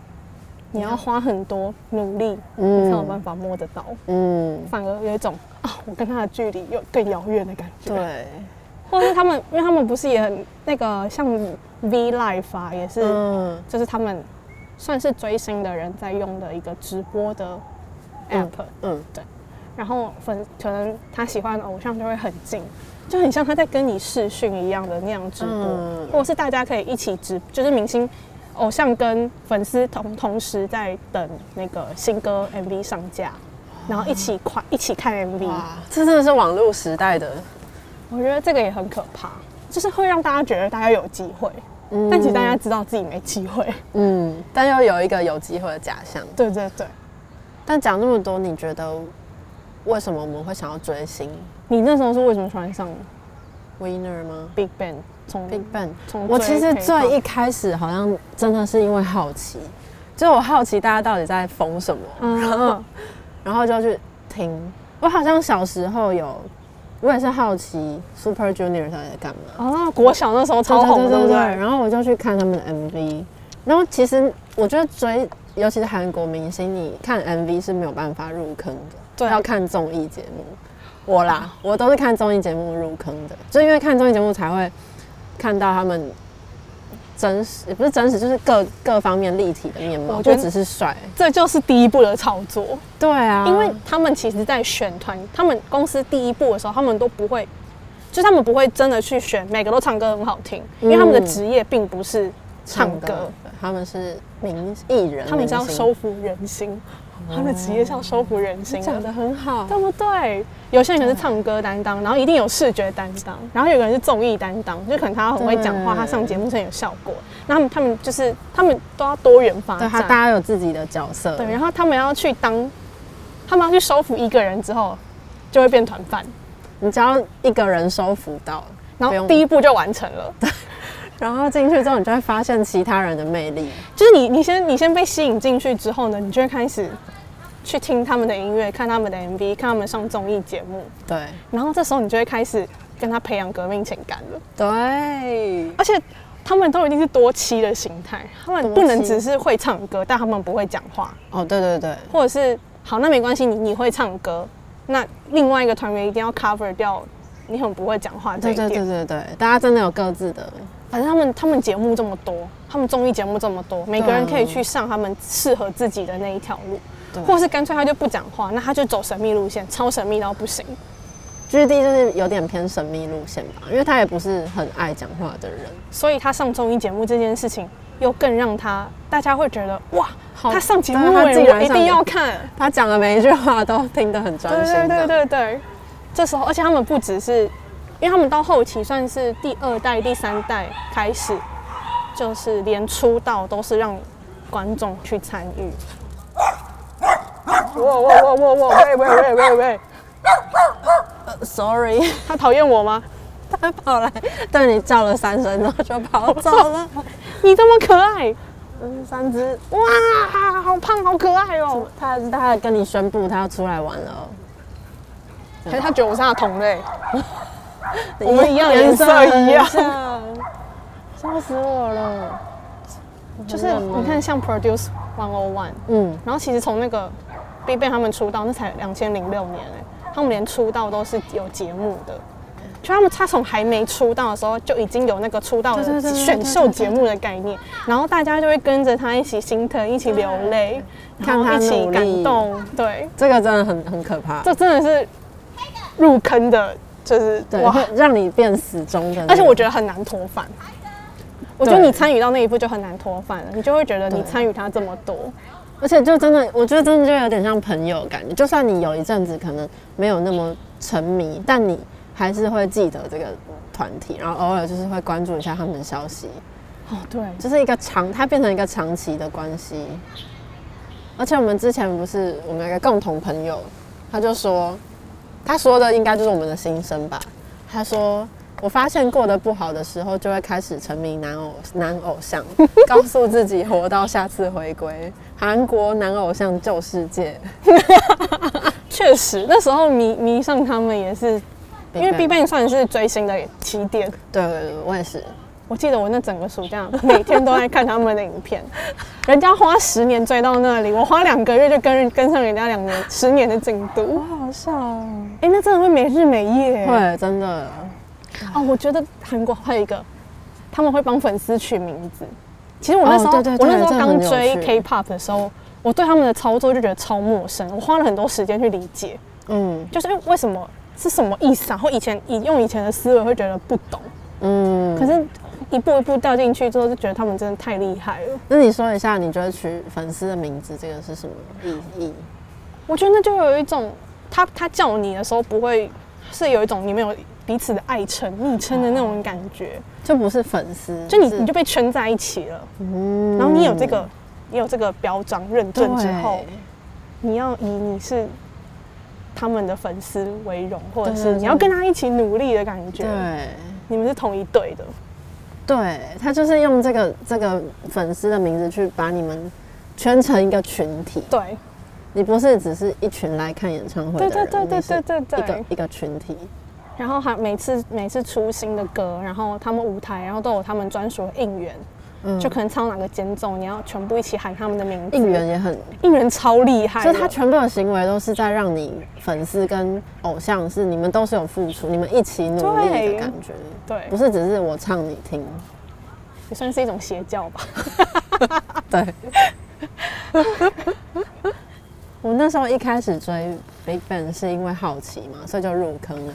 A: 你要花很多努力，你才有办法摸得到。
B: 嗯，
A: 反而有一种啊，我跟他的距离又更遥远的感觉。，
B: 对，
A: 或者是他们，因为他们不是也很那个像 V Live 啊，也是。
B: 嗯，
A: 就是他们算是追星的人在用的一个直播的 app，、
B: 嗯，
A: 然后粉可能他喜欢的偶像就会很近，就很像他在跟你视讯一样的那样直播，
B: 嗯
A: 或者是大家可以一起直，就是明星、偶像跟粉丝同同时在等那个新歌 MV 上架，然后一起快一起看 MV，
B: 哇，这真的是网络时代的，
A: 我觉得这个也很可怕，就是会让大家觉得大家有机会，
B: 嗯
A: 但其实大家知道自己没机会。
B: 嗯，但又有一个有机会的假象。
A: 对对对。
B: 但讲那么多，你觉得为什么我们会想要追星
A: 你那时候是为什么喜欢上
B: Winner 吗
A: Big Bang？从
B: ？Big Bang，
A: 从
B: 我其实最一
A: 一
B: 开始好像真的是因为好奇，就我好奇大家到底在疯什么，
A: 嗯
B: 然后就去听。我好像小时候有，我也是好奇 Super Junior 到底在干嘛。
A: 啊，国小那时候超红的，对不对？
B: 然后我就去看他们的 MV，然后其实我觉得追，尤其是韩国明星，你看 MV 是没有办法入坑的，
A: 对
B: 要看综艺节目。我啦，我都是看综艺节目入坑的，就因为看综艺节目才会看到他们真实，也不是真实，就是各各方面立体的面貌，
A: 我觉得
B: 不只是帅。
A: 这就是第一步的操作，
B: 对啊，
A: 因为他们其实，在选团，他们公司第一步的时候，他们都不会，就是他们不会真的去选每个都唱歌很好听，因为他们的职业并不是唱歌，
B: 对他们是明艺人，
A: 他们是要
B: 明星
A: 收服人心，他们的职业是要收服人心
B: 讲的很好，
A: 对不对？有些人可能是唱歌担当，然后一定有视觉担当，然后有个人是综艺担当，就可能他很会讲话，
B: 对
A: 他上节目是很有效果。那他们他们就是他们都要多元发
B: 对他大
A: 展，
B: 家有自己的角色，
A: 对，然后他们要去当，他们要去收服一个人之后，就会变团饭，
B: 你只要一个人收服到，
A: 然
B: 不
A: 后
B: 用
A: 第一步就完成了。
B: 然后进去之后，你就会发现其他人的魅力。
A: 就是你你先你先被吸引进去之后呢，你就会开始去听他们的音乐，看他们的 MV，看他们上综艺节目，
B: 对
A: 然后这时候你就会开始跟他培养革命情感了。
B: 对，
A: 而且他们都一定是多妻的形态，他们
B: 多
A: 不能
B: 妻
A: 只是会唱歌，但他们不会讲话，
B: 哦对对对，
A: 或者是好，那没关系，你你会唱歌，那另外一个团员一定要 cover 掉你很不会讲话这
B: 对
A: 一点。
B: 对对对对，大家真的有各自的，
A: 反正他们他们节目这么多，他们综艺节目这么多，每个人
B: 对啊
A: 可以去上他们适合自己的那一条路，
B: 对，
A: 或是干脆他就不讲话，那他就走神秘路线，超神秘到不行。
B: G D 就是有点偏神秘路线吧，因为他也不是很爱讲话的人，
A: 所以他上综艺节目这件事情，又更让他大家会觉得哇，
B: 好
A: 他上节
B: 对
A: 目
B: 他
A: 欸
B: 竟
A: 我
B: 然
A: 一
B: 上
A: 定
B: 节
A: 要
B: 目
A: 看。
B: 他讲的每一句话都听得很专心
A: 对
B: 的。
A: 对对对对，这时候，而且他们不只是，因为他们到后期算是第二代、第三代开始，就是连出道都是让观众去参与。哇哇哇哇哇！喂喂喂喂喂！
B: s o r r y
A: 他讨厌我吗？
B: 他 跑来对你叫了三声，然后就跑走了。
A: 你这么可爱，
B: 嗯，三只，
A: 哇，好胖，好可爱哦！
B: 他他跟你宣布他要出来玩了，哦
A: 可是他觉得我是他的同类，
B: 我
A: 们一样颜色一样
B: 笑死我了。
A: 就是你看像 Produce One O One，
B: 嗯，
A: 然后其实从那个 Big 欸 Bang 他们出道，那才两千零六年哎、他们连出道都是有节目的，就他们他从还没出道的时候就已经有那个出道
B: 对对
A: 的
B: 对对对
A: 选秀节目的概念，然后大家就会跟着他一起心疼，一起流泪，然后
B: 看他
A: 一起
B: 努力
A: 感动。对，
B: 这个真的很很可怕，
A: 这真的是入坑的，就是
B: 对，
A: 哇
B: 会让你变死忠的那种。
A: 而且我觉得很难脱饭。我觉得
B: 对
A: 你参与到那一步就很难脱饭了，你就会觉得你
B: 对
A: 参与他这么多，
B: 而且就真的，我觉得真的就有点像朋友的感觉。就算你有一阵子可能没有那么沉迷，但你还是会记得这个团体，然后偶尔就是会关注一下他们的消息，
A: 哦，对，
B: 就是一个长，它变成一个长期的关系。而且我们之前不是我们有一个共同朋友，他就说，他说的应该就是我们的心声吧。他说。我发现过得不好的时候，就会开始沉迷男偶男偶 像，告诉自己活到下次回归。韩国男偶像救 世界，
A: 确实那时候迷迷上他们也是，因为 BigBang 算是追星的起点。
B: 对对对，我也是。
A: 我记得我那整个暑假 每天都在看他们的影片，人家花十年追到那里，我花两个月就跟跟上人家两年十年的进度，
B: 好笑哦。
A: 哎、那真的会没日没夜。
B: 会，真的。
A: 哦，我觉得韩国还有一个，他们会帮粉丝取名字。其实我那时候，
B: 哦对对对
A: 我那时
B: 这
A: 候
B: 个很
A: 刚
B: 有
A: 追
B: 趣
A: K-pop 的时候，我对他们的操作就觉得超陌生，我花了很多时间去理解，
B: 嗯
A: 就是为什么是什么意思啊？或以前以用以前的思维会觉得不懂，
B: 嗯。
A: 可是一步一步掉进去之后，就觉得他们真的太厉害了。
B: 那你说一下，你觉得取粉丝的名字这个是什么意义？
A: 我觉得那就有一种，他他叫你的时候不会是有一种你们有彼此的爱称、昵称的那种感觉，
B: 就不是粉丝，
A: 就你
B: 嗯是
A: 你就被圈在一起了。
B: 嗯
A: 然后你有这个，你有这个标章认证之后
B: 对，
A: 你要以你是他们的粉丝为荣，或者
B: 对
A: 是
B: 对
A: 你要跟他一起努力的感觉。
B: 对
A: 你们是同一队的，
B: 对，他就是用这个这个粉丝的名字去把你们圈成一个群体，
A: 对
B: 你不是只是一群来看演唱会的
A: 对
B: 人，
A: 对对对
B: 你是
A: 对对对
B: 一个一个群体，
A: 然后还每次每次出新的歌，然后他们舞台，然后都有他们专属的应援，
B: 嗯
A: 就可能唱哪个间奏，你要全部一起喊他们的名字。
B: 应援也很，
A: 应援超厉害
B: 就
A: 的，
B: 是他全部的行为都是在让你粉丝跟偶像是你们都是有付出，你们一起努力
A: 对
B: 的感觉，
A: 对
B: 不，是只是我唱你听，
A: 也算是一种邪教吧。
B: 对。我那时候一开始追 Big Bang 是因为好奇嘛，所以就入坑了。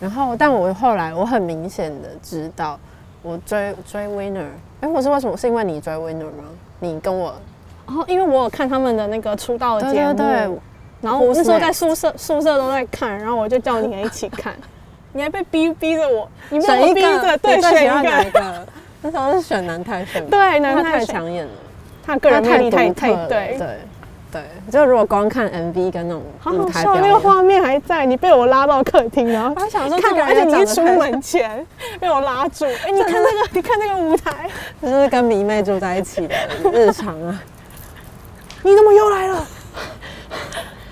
B: 然后，但我后来我很明显的知道，我追追 Winner，哎、我是为什么？是因为你追 Winner 吗？你跟我
A: 然后因为我有看他们的那个出道节
B: 对
A: 目，
B: 对对，
A: 然后我
B: Who's
A: 那时候在
B: next？
A: 宿舍宿舍都在看，然后我就叫你也一起 看，你还被逼逼着我，你没
B: 选
A: 有
B: 一
A: 逼
B: 个
A: 着，，对，
B: 你最
A: 选
B: 喜欢哪
A: 一
B: 一
A: 个，
B: 个？那时候是选南泰选，，
A: 对，
B: 他
A: 男
B: 太
A: 太
B: 抢眼了，
A: 他个人魅力
B: 独
A: 太
B: 特
A: 太
B: 了
A: 对，
B: 对对，就如果光看 MV 跟那种
A: 好
B: 舞
A: 好
B: 台
A: 笑，
B: 表
A: 那个
B: 演，
A: 画面还在，你被我拉到客厅，然后
B: 我还想说
A: 看
B: 这个
A: 我，
B: 人
A: 而且你
B: 长
A: 一
B: 得
A: 出
B: 太
A: 门前 被我拉住， 哎，你看这个，你看这个舞台，
B: 就是跟迷妹住在一起的日常啊，
A: 你怎么又来了？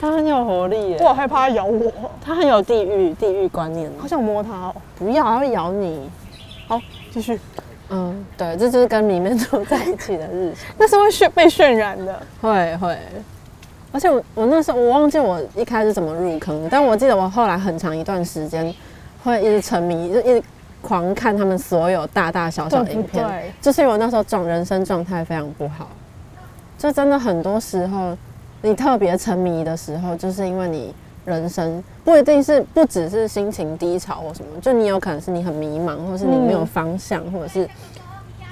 B: 他很有活力耶
A: 我，好害怕他咬我，
B: 他很有地域地域观念哦
A: 好，想摸他哦。
B: 不要，他会咬你。
A: 好，继续，
B: 嗯，对，这就是跟迷妹住在一起的日常。
A: 那是会渲被渲染的，
B: 会会，而且我我那时候我忘记我一开始怎么入坑，但我记得我后来很长一段时间会一直沉迷，就一直狂看他们所有大大小小的
A: 对
B: 影
A: 不
B: 片，
A: 对
B: 就是因为我那时候状人生状态非常不好，就真的很多时候你特别沉迷的时候，就是因为你。人生不一定是不只是心情低潮或什么，就你有可能是你很迷茫，或是你没有
A: 嗯
B: 方向，或者是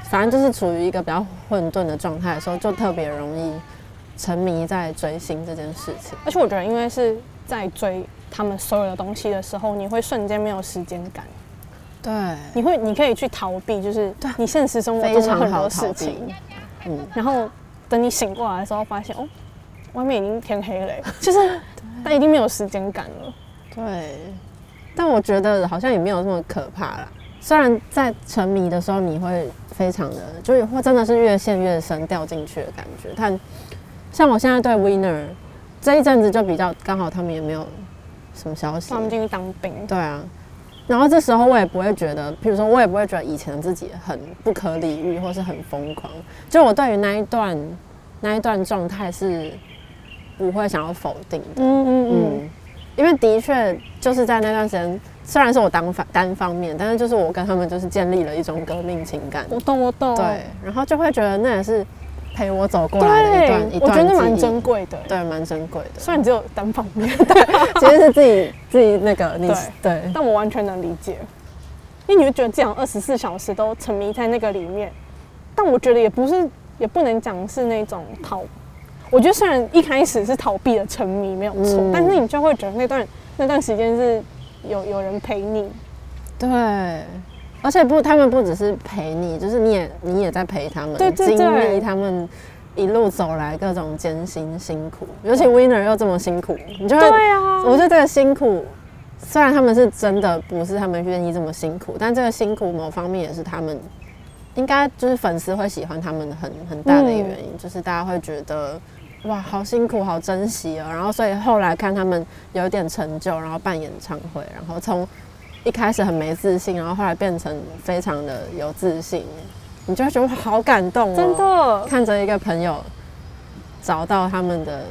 B: 反正就是处于一个比较混沌的状态的时候，就特别容易沉迷在追星这件事情。
A: 而且我觉得，因为是在追他们所有的东西的时候，你会瞬间没有时间感，
B: 对，
A: 你会你可以去逃避，就是
B: 对
A: 你现实生活
B: 非
A: 中的
B: 常
A: 很
B: 好
A: 多
B: 逃
A: 事
B: 避
A: 情，。
B: 嗯，
A: 然后等你醒过来的时候，发现哦，外面已经天黑了 欸，就是他已经没有时间感了。
B: 对。但我觉得好像也没有那么可怕啦。虽然在沉迷的时候，你会非常的，就是会真的是越陷越深掉进去的感觉。但像我现在对 Winner 这一阵子就比较刚好，他们也没有什么消息
A: 他，们进去当兵，
B: 对啊，然后这时候我也不会觉得，譬如说我也不会觉得以前自己很不可理喻或是很疯狂，就我对于那一段那一段状态是不会想要否定的，
A: 嗯嗯嗯，
B: 嗯，因为的确就是在那段时间虽然是我单方单方面，但是就是我跟他们就是建立了一种革命情感，
A: 我懂，我懂。
B: 对，然后就会觉得那也是陪我走过来的一段
A: 对，
B: 一
A: 我
B: 段
A: 觉得
B: 记
A: 蛮
B: 忆
A: 珍贵的。，
B: 对，蛮珍贵的。
A: 虽然只有单方面，
B: 其实是自己自己那个你
A: 对
B: 对
A: 但我完全能理解，因为你会觉得自己二十四小时都沉迷在那个里面，但我觉得也不是，也不能讲是那种逃。我觉得虽然一开始是逃避的沉迷没有错，
B: 嗯
A: 但是你就会觉得那段那段时间是有有人陪你，
B: 对，而且不，他们不只是陪你，就是你也你也在陪他们，
A: 对对
B: 经
A: 对
B: 历他们一路走来各种艰辛辛苦，尤其 Winner 又这么辛苦，你就会，
A: 啊
B: 我觉得这个辛苦。虽然他们是真的不是他们愿意这么辛苦，但这个辛苦某方面也是他们应该就是粉丝会喜欢他们很很大的一个原因，就是大家会觉得哇好辛苦好珍惜哦，然后所以后来看他们有一点成就，然后办演唱会，然后从一开始很没自信，然后后来变成非常的有自信，你就会觉得哇好感动、哦，
A: 真的
B: 看着一个朋友找到他们的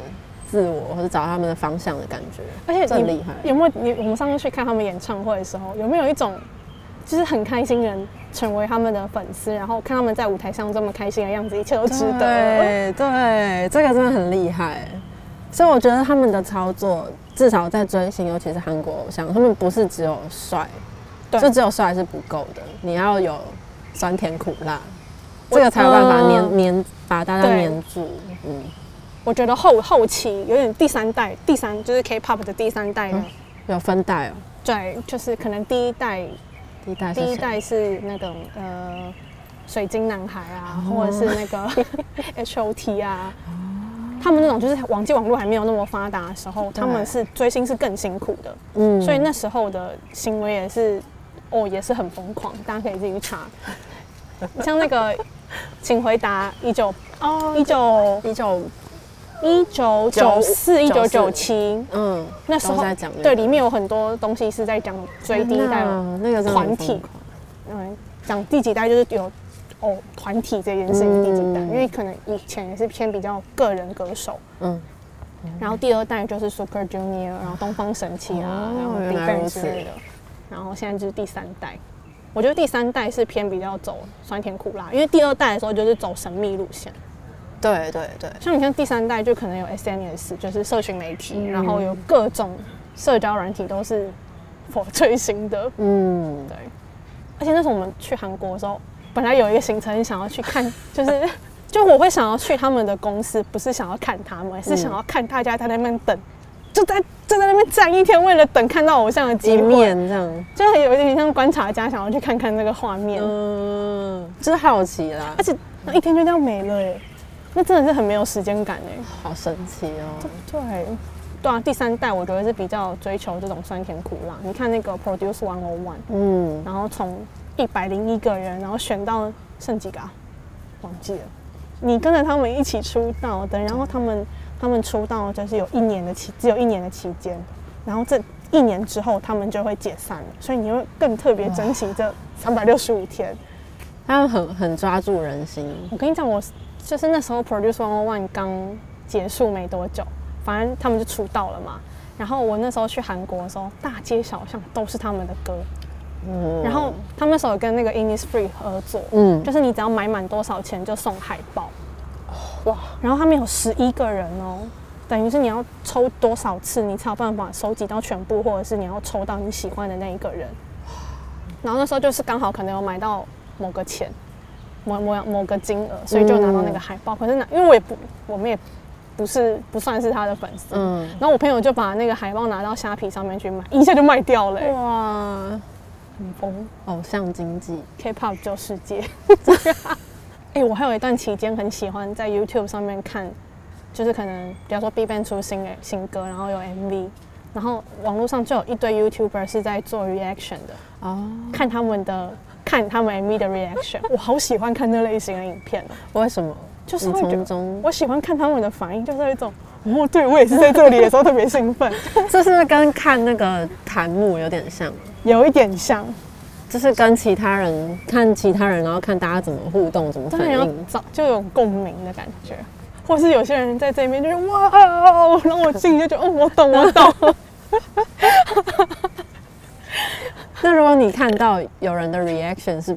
B: 自我或者找到他们的方向的感觉，
A: 而且
B: 这
A: 你
B: 很厉害
A: 有没有你我们上次去看他们演唱会的时候，有没有一种就是很开心人成为他们的粉丝，然后看他们在舞台上这么开心的样子，一切都值得。
B: 对对，这个真的很厉害。所以我觉得他们的操作，至少在追星，尤其是韩国偶像，他们不是只有帅，
A: 对
B: 就只有帅是不够的，你要有酸甜苦辣，这个才有办法粘
A: 嗯
B: 粘把大家
A: 对
B: 粘住。嗯，
A: 我觉得后后期有点第三代，第三就是 K-pop 的第三代的，
B: 嗯有分代哦，
A: 对，就是可能第一代
B: 第一代是
A: 第一
B: 谁？
A: 代是那种呃水晶男孩啊，
B: 哦
A: 或者是那 个 H.O.T 啊，他们那种就是网际网络还没有那么发达的时候，他们是追星是更辛苦的，
B: 嗯
A: 所以那时候的行为也是哦也是很疯狂，大家可以自己去查，像那 个请回答一九
B: 哦
A: 一九
B: 一九
A: 一九九四一九九七。
B: 嗯，
A: 那时
B: 都
A: 候
B: 在讲那个
A: 对，里面有很多东西是在讲追第一代
B: 天
A: 嘛，
B: 哪那个真的很
A: 团
B: 疯
A: 体
B: 狂
A: 嗯，讲第几代就是有哦团体这件事情
B: 嗯
A: 第几代，因为可能以前也是偏比较个人歌手，
B: 嗯，
A: 然后第二代就是 Super Junior，然后东方神起啊，
B: 哦
A: 然后
B: 原
A: Big
B: 来
A: Bang
B: 如
A: 之
B: 此
A: 类的，然后现在就是第三代。我觉得第三代是偏比较走酸甜苦辣，因为第二代的时候就是走神秘路线，
B: 对对对，
A: 像你像第三代就可能有 SNS，就是社群媒体，
B: 嗯
A: 然后有各种社交软体都是我最新的，
B: 嗯，
A: 对，而且那时候我们去韩国的时候，本来有一个行程想要去看， 就是就我会想要去他们的公司，不是想要看他们，是想要看大家在那边等，就在就在那边站一天，为了等看到偶像的
B: 一
A: 机会，
B: 面这样，
A: 就很有一点像观察家想要去看看那个画面，
B: 嗯，就是好奇啦
A: 而，且那一天就这样没了耶，那真的是很没有时间感哎。
B: 好神奇哦。
A: 对，对啊，第三代我觉得是比较追求这种酸甜苦辣。你看那个 Produce One O One，
B: 嗯，
A: 然后从一百零一个人，然后选到剩几个、啊，忘记了。你跟着他们一起出道的，然后他们他们出道就是有一年的期，只有一年的期间，然后这一年之后他们就会解散了，所以你会更特别珍惜这三百六十五天。
B: 他们很很抓住人心，
A: 我跟你讲，我就是那时候 Produce One One 刚结束没多久，反正他们就出道了嘛。然后我那时候去韩国的时候，大街小巷都是他们的歌，
B: 嗯，
A: 然后他们那时候有跟那个 Innisfree 合作，
B: 嗯
A: 就是你只要买满多少钱就送海报，哇！然后他们有十一个人哦，等于是你要抽多少次，你才有办法收集到全部，或者是你要抽到你喜欢的那一个人。然后那时候就是刚好可能有买到某个钱，某某某个金额，所以就拿到那个海报。可是拿，因为我也不，我们也不是不算是他的粉丝。
B: 嗯，
A: 然后我朋友就把那个海报拿到虾皮上面去卖，一下就卖掉了、欸。
B: 哇，
A: 很疯。
B: 偶像经济，
A: K-pop 救世界。 哎、我还有一段期间很喜欢在 YouTube 上面看，就是可能比方说 B Ban 出新的新歌，然后有 MV，然后网络上就有一堆 YouTuber 是在做 reaction 的，
B: 哦，
A: 看他们的看他们 MV 的 reaction，我 好喜欢看那类型的影片哦、
B: 为什么？
A: 就是
B: 你
A: 会觉
B: 从
A: 得
B: 中，
A: 我喜欢看他们的反应，就是一种。哦，对，我也是在这里的时候特别兴奋，
B: 这是不是跟看那个弹幕有点像？
A: 有一点像，
B: 就是跟其他人看其他人，然后看大家怎么互动，怎么
A: 真
B: 反
A: 的要
B: 应。
A: 找就有共鸣的感觉，或是有些人在这边就是哇 哦，然后我心里就觉得哦，我懂，我懂。
B: 那如果你看到有人的 reaction 是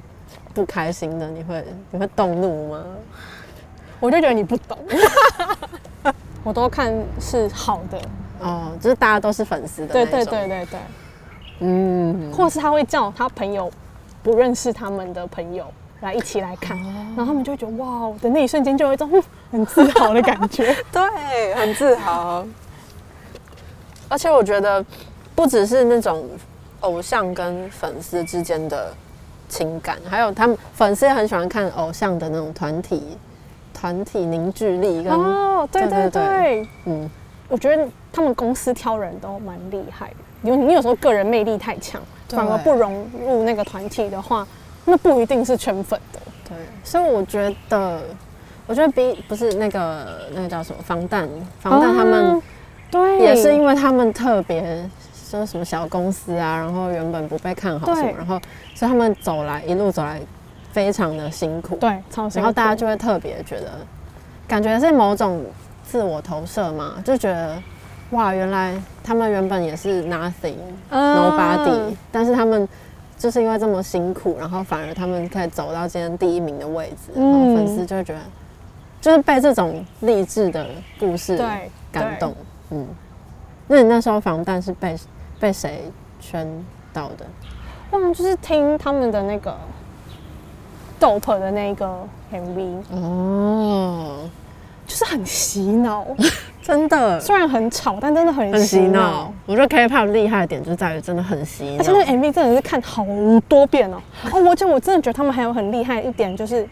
B: 不开心的，你会你会动怒吗？
A: 我就觉得你不懂， 我都看是好的，
B: 哦，就是大家都是粉丝的那
A: 对
B: 种。
A: 对对，对对，
B: 嗯，
A: 或是他会叫他朋友不认识他们的朋友来一起来看，然后他们就会觉得哇的那一瞬间就有一种嗯很自豪的感 觉。
B: 对，很自豪。而且我觉得，不只是那种偶像跟粉丝之间的情感，还有他们粉丝也很喜欢看偶像的那种团体团体凝聚力跟、
A: 哦，对
B: 对
A: 对
B: 对
A: 对，
B: 嗯，
A: 我觉得他们公司挑人都蛮厉害的，有你有时候个人魅力太强，
B: 对
A: 反而不融入那个团体的话，那不一定是圈粉的。
B: 对。所以我觉得，我觉得比不是那个那个叫什么防弹防弹他们、
A: 哦对
B: 也是因为他们特别说什么小公司啊，然后原本不被看好什么，
A: 对
B: 然后所以他们走来一路走来非常的辛苦，，
A: 对超辛苦，
B: 然后大家就会特别觉得，感觉是某种自我投射嘛，就觉得哇，原来他们原本也是 nothing
A: 嗯
B: nobody，、但是他们。就是因为这么辛苦，然后反而他们可以走到今天第一名的位置，然后
A: 嗯
B: 粉丝就会觉得，就是被这种励志的故事
A: 嗯对
B: 感。
A: 对
B: 动。嗯，那你那时候防弹是被被谁圈到的？
A: 忘了就是听他们的那个 dope 的那个 MV，
B: 哦，
A: 就是很洗脑，
B: 真的
A: 虽然很吵，但真的很
B: 很洗
A: 洗
B: 脑
A: 脑。。
B: 我觉得 K-pop 厉害的点就在于真的很洗
A: 而
B: 脑
A: 且。那个 MV 真的是看好多遍哦。哦，我觉得我真的觉得他们还有很厉害一点，就是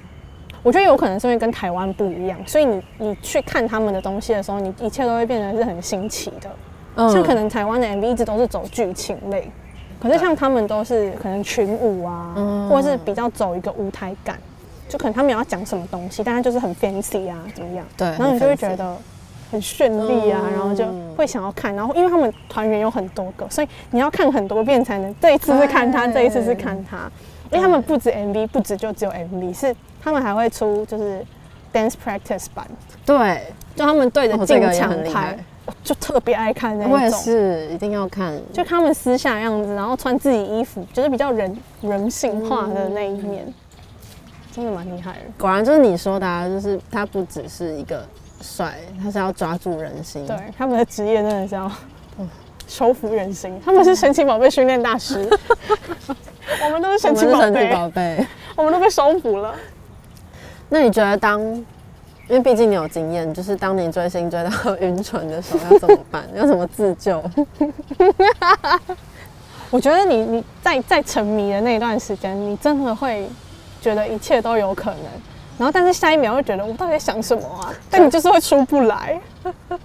A: 我觉得有可能是因为跟台湾不一样，所以你你去看他们的东西的时候，你一切都会变得是很新奇的。
B: 嗯
A: 像可能台湾的 MV 一直都是走剧情类，可是像他们都是可能群舞啊，
B: 嗯
A: 或者是比较走一个舞台感，就可能他们要讲什么东西，但他就是很 fancy 啊，怎么样？
B: 对
A: 然后你就会
B: 很 fancy
A: 觉得很绚丽啊，
B: 嗯
A: 然后就会想要看，然后因为他们团员有很多个，所以你要看很多遍才能这一次是看他，
B: 对
A: 这一次是看他，因为他们不止 MV，不止就只有 MV，是他们还会出就是 dance practice 版，
B: 对，
A: 就他们对着
B: 哦这
A: 镜
B: 个也
A: 墙
B: 很厉
A: 拍
B: 害。。
A: 我就特别爱看那一种，
B: 我也是，一定要看。
A: 就他们私下的样子，然后穿自己衣服，就是比较人人性化的那一面，
B: 嗯
A: 真的蛮厉害的。
B: 果然就是你说的，啊，就是他不只是一个帅，他是要抓住人心。
A: 对，他们的职业真的是要
B: 嗯
A: 收服人心，他们是神奇宝贝训练大 师，我们都是神
B: 我们
A: 奇
B: 是
A: 宝
B: 神奇
A: 贝，
B: 宝贝。
A: 我们都被收服了。
B: 那你觉得当，因为毕竟你有经验，就是当你追星追到晕船的时候要怎么 办？要怎么自救？
A: 我觉得你你在在沉迷的那一段时间，你真的会觉得一切都有可能，然后但是下一秒又觉得我到底在想什么啊？ 但你就是会出不来。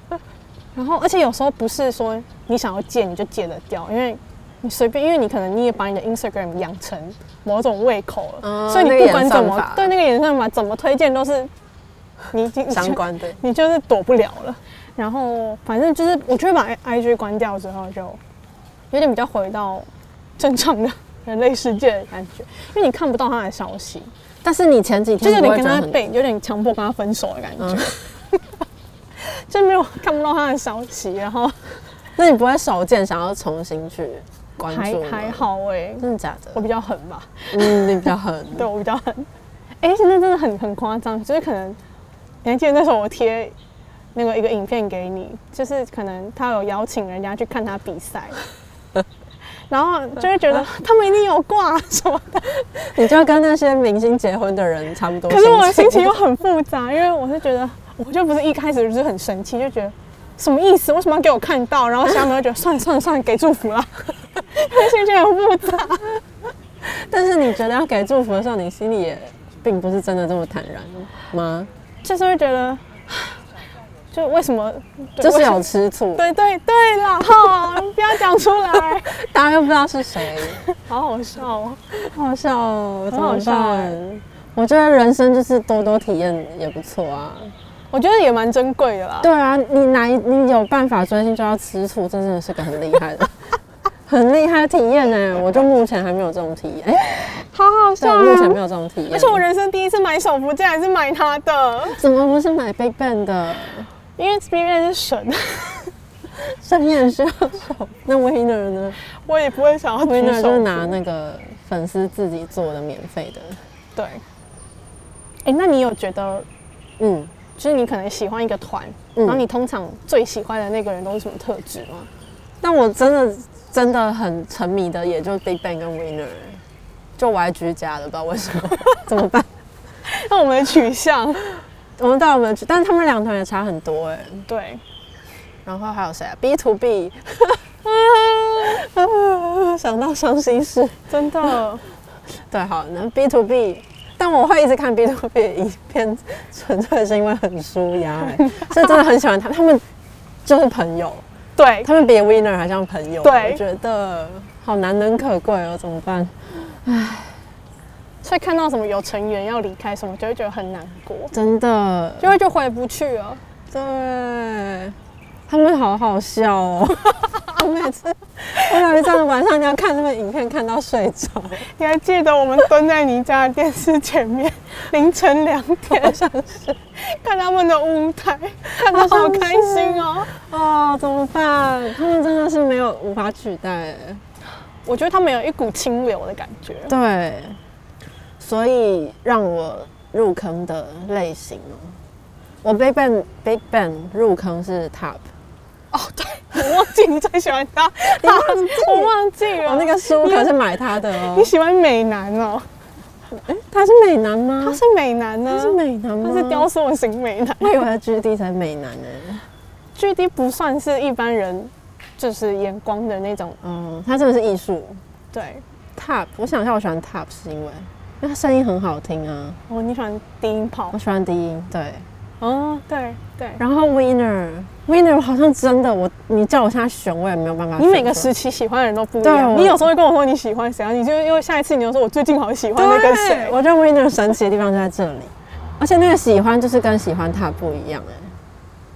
A: 然后而且有时候不是说你想要戒你就戒得掉，因为你随便，因为你可能你也把你的 Instagram 养成某种胃口了，
B: 嗯
A: 所以
B: 那
A: 你
B: 个
A: 不管
B: 演
A: 怎
B: 算
A: 么、
B: 法
A: 对那个演算法怎么推荐都是你已经
B: 相关的，
A: 你就是躲不了了。然后反正就是，我就会把 I G 关掉之后，就有点比较回到正常的人类世界的感觉，因为你看不到他的消息，
B: 但是你前几
A: 就
B: 天
A: 是有
B: 不
A: 点
B: 会
A: 跟
B: 觉得
A: 他
B: 很
A: 被，有点强迫跟他分手的感觉，
B: 嗯
A: 就没有看不到他的消息，然后
B: 那你不会手贱想要重新去关
A: 还
B: 注吗
A: 还，好哎、
B: 真的假
A: 我
B: 的？
A: 比较狠吧，
B: 嗯，你比较狠。
A: 对我比较狠，哎、现在真的很很夸张，就是可能你还记得那时候我贴。那个一个影片给你，就是可能他有邀请人家去看他比 赛，然后就会觉得他们一定有挂什么的。
B: 你就跟那些明星结婚的人差不多。
A: 可是我的心情又很复杂，因为我是觉得，我就不是一开始就是很生气，就觉得什么意思？为什么要给我看到？然后下面就觉得算了算了算了，给祝福 啦。内心就很复杂。
B: 但是你觉得要给祝福的时候，你心里也并不是真的这么坦然吗？
A: 就是会觉得， 就为什么？对
B: 就是
A: 为什么
B: 有吃醋，
A: 对对对啦，哈，不要讲出 来，
B: 大家又不知道是谁。
A: 好好笑哦。
B: 好笑哦，
A: 很好笑欸
B: 怎么办我觉得人生就是多多体验也不错啊。
A: 我觉得也蛮珍贵的啦。
B: 对啊，你哪一你有办法专心就要吃醋，这真的是个很厉 害的、很厉害的体验呢、我就目前还没有这种体验，哎、
A: 好好
B: 对
A: 笑、
B: 我
A: 啊。
B: 目前没有这种体验。
A: 而且我人生第一次买手幅，竟然是买它的，
B: 怎么不是买 Big Bang 的？
A: 因为 Big Bang 是神，
B: 上面需要手。 那 Winner 呢
A: 我也不会想要举
B: ？Winner
A: 手
B: 就
A: 幅
B: 是拿那个粉丝自己做的免费的，
A: 对。哎，那你有觉得，
B: 嗯，
A: 就是你可能喜欢一个团，
B: 嗯
A: 然后你通常最喜欢的那个人都是什么特质吗？
B: 但我真的真的很沉迷的，也就 Big Bang 跟 Winner，就我还居家的，不知道为什么，怎么办？
A: 那我们的取向，
B: 我们到了没有去？但是他们两团也差很多哎、
A: 对，
B: 然后还有谁啊？B to B，想到伤心事。
A: 真的，
B: 对，好，那 B to B，但我会一直看 B to B 的影片，纯粹是因为很舒压、欸，所以真的很喜欢他们，他们就是朋友，
A: 对，
B: 他们比 Winner 还像朋友，
A: 对
B: 我觉得好难能可贵哦，怎么办？
A: 所以看到什么有成员要离开什么，就会觉得很难过，
B: 真的，
A: 就会就回不去了。
B: 对，他们好好笑 哦，我每次我有一阵晚上要看他们影片看到睡着。
A: 你还记得我们蹲在你家的电视前 面，凌晨两点，好像是看他们的舞台，看的好开心哦。
B: 哦，怎么办？他们真的是没有无法取代。
A: 我觉得他们有一股清流的感觉。
B: 对，所以让我入坑的类型哦，我 Big Bang Big Bang 入坑是 Top，
A: 哦，对，我忘记你最喜欢他，
B: 你忘记
A: 我忘记哦了。
B: 我哦那个书啊可是买他的哦
A: 你。喜欢美男哦，
B: 他是美男吗？
A: 嗯他是美男啊呢、
B: 他是美男吗？
A: 他是雕。塑型美男。
B: 我以为他 GD 才美男呢。
A: G D 不算是一般人就是眼光的那种，
B: 哦，他真的是艺术。
A: 对。
B: Top，我想一下，我喜欢 Top 是因为，因为他声音很好听啊。
A: 哦，你喜欢低音炮
B: 我？喜欢低音，对。
A: 哦，对对。
B: 然后 winner winner 我好像真的我你叫我现在选我也没有办法选出来。
A: 你每个时期喜欢的人都不一
B: 对啊
A: 样。
B: 我
A: 你有时候会跟我说你喜欢谁啊，你就因为下一次你就说我最近好喜欢那
B: 对
A: 个谁。
B: 我觉得 winner 神奇的地方就在这里，而且那个喜欢就是跟喜欢他不一样哎、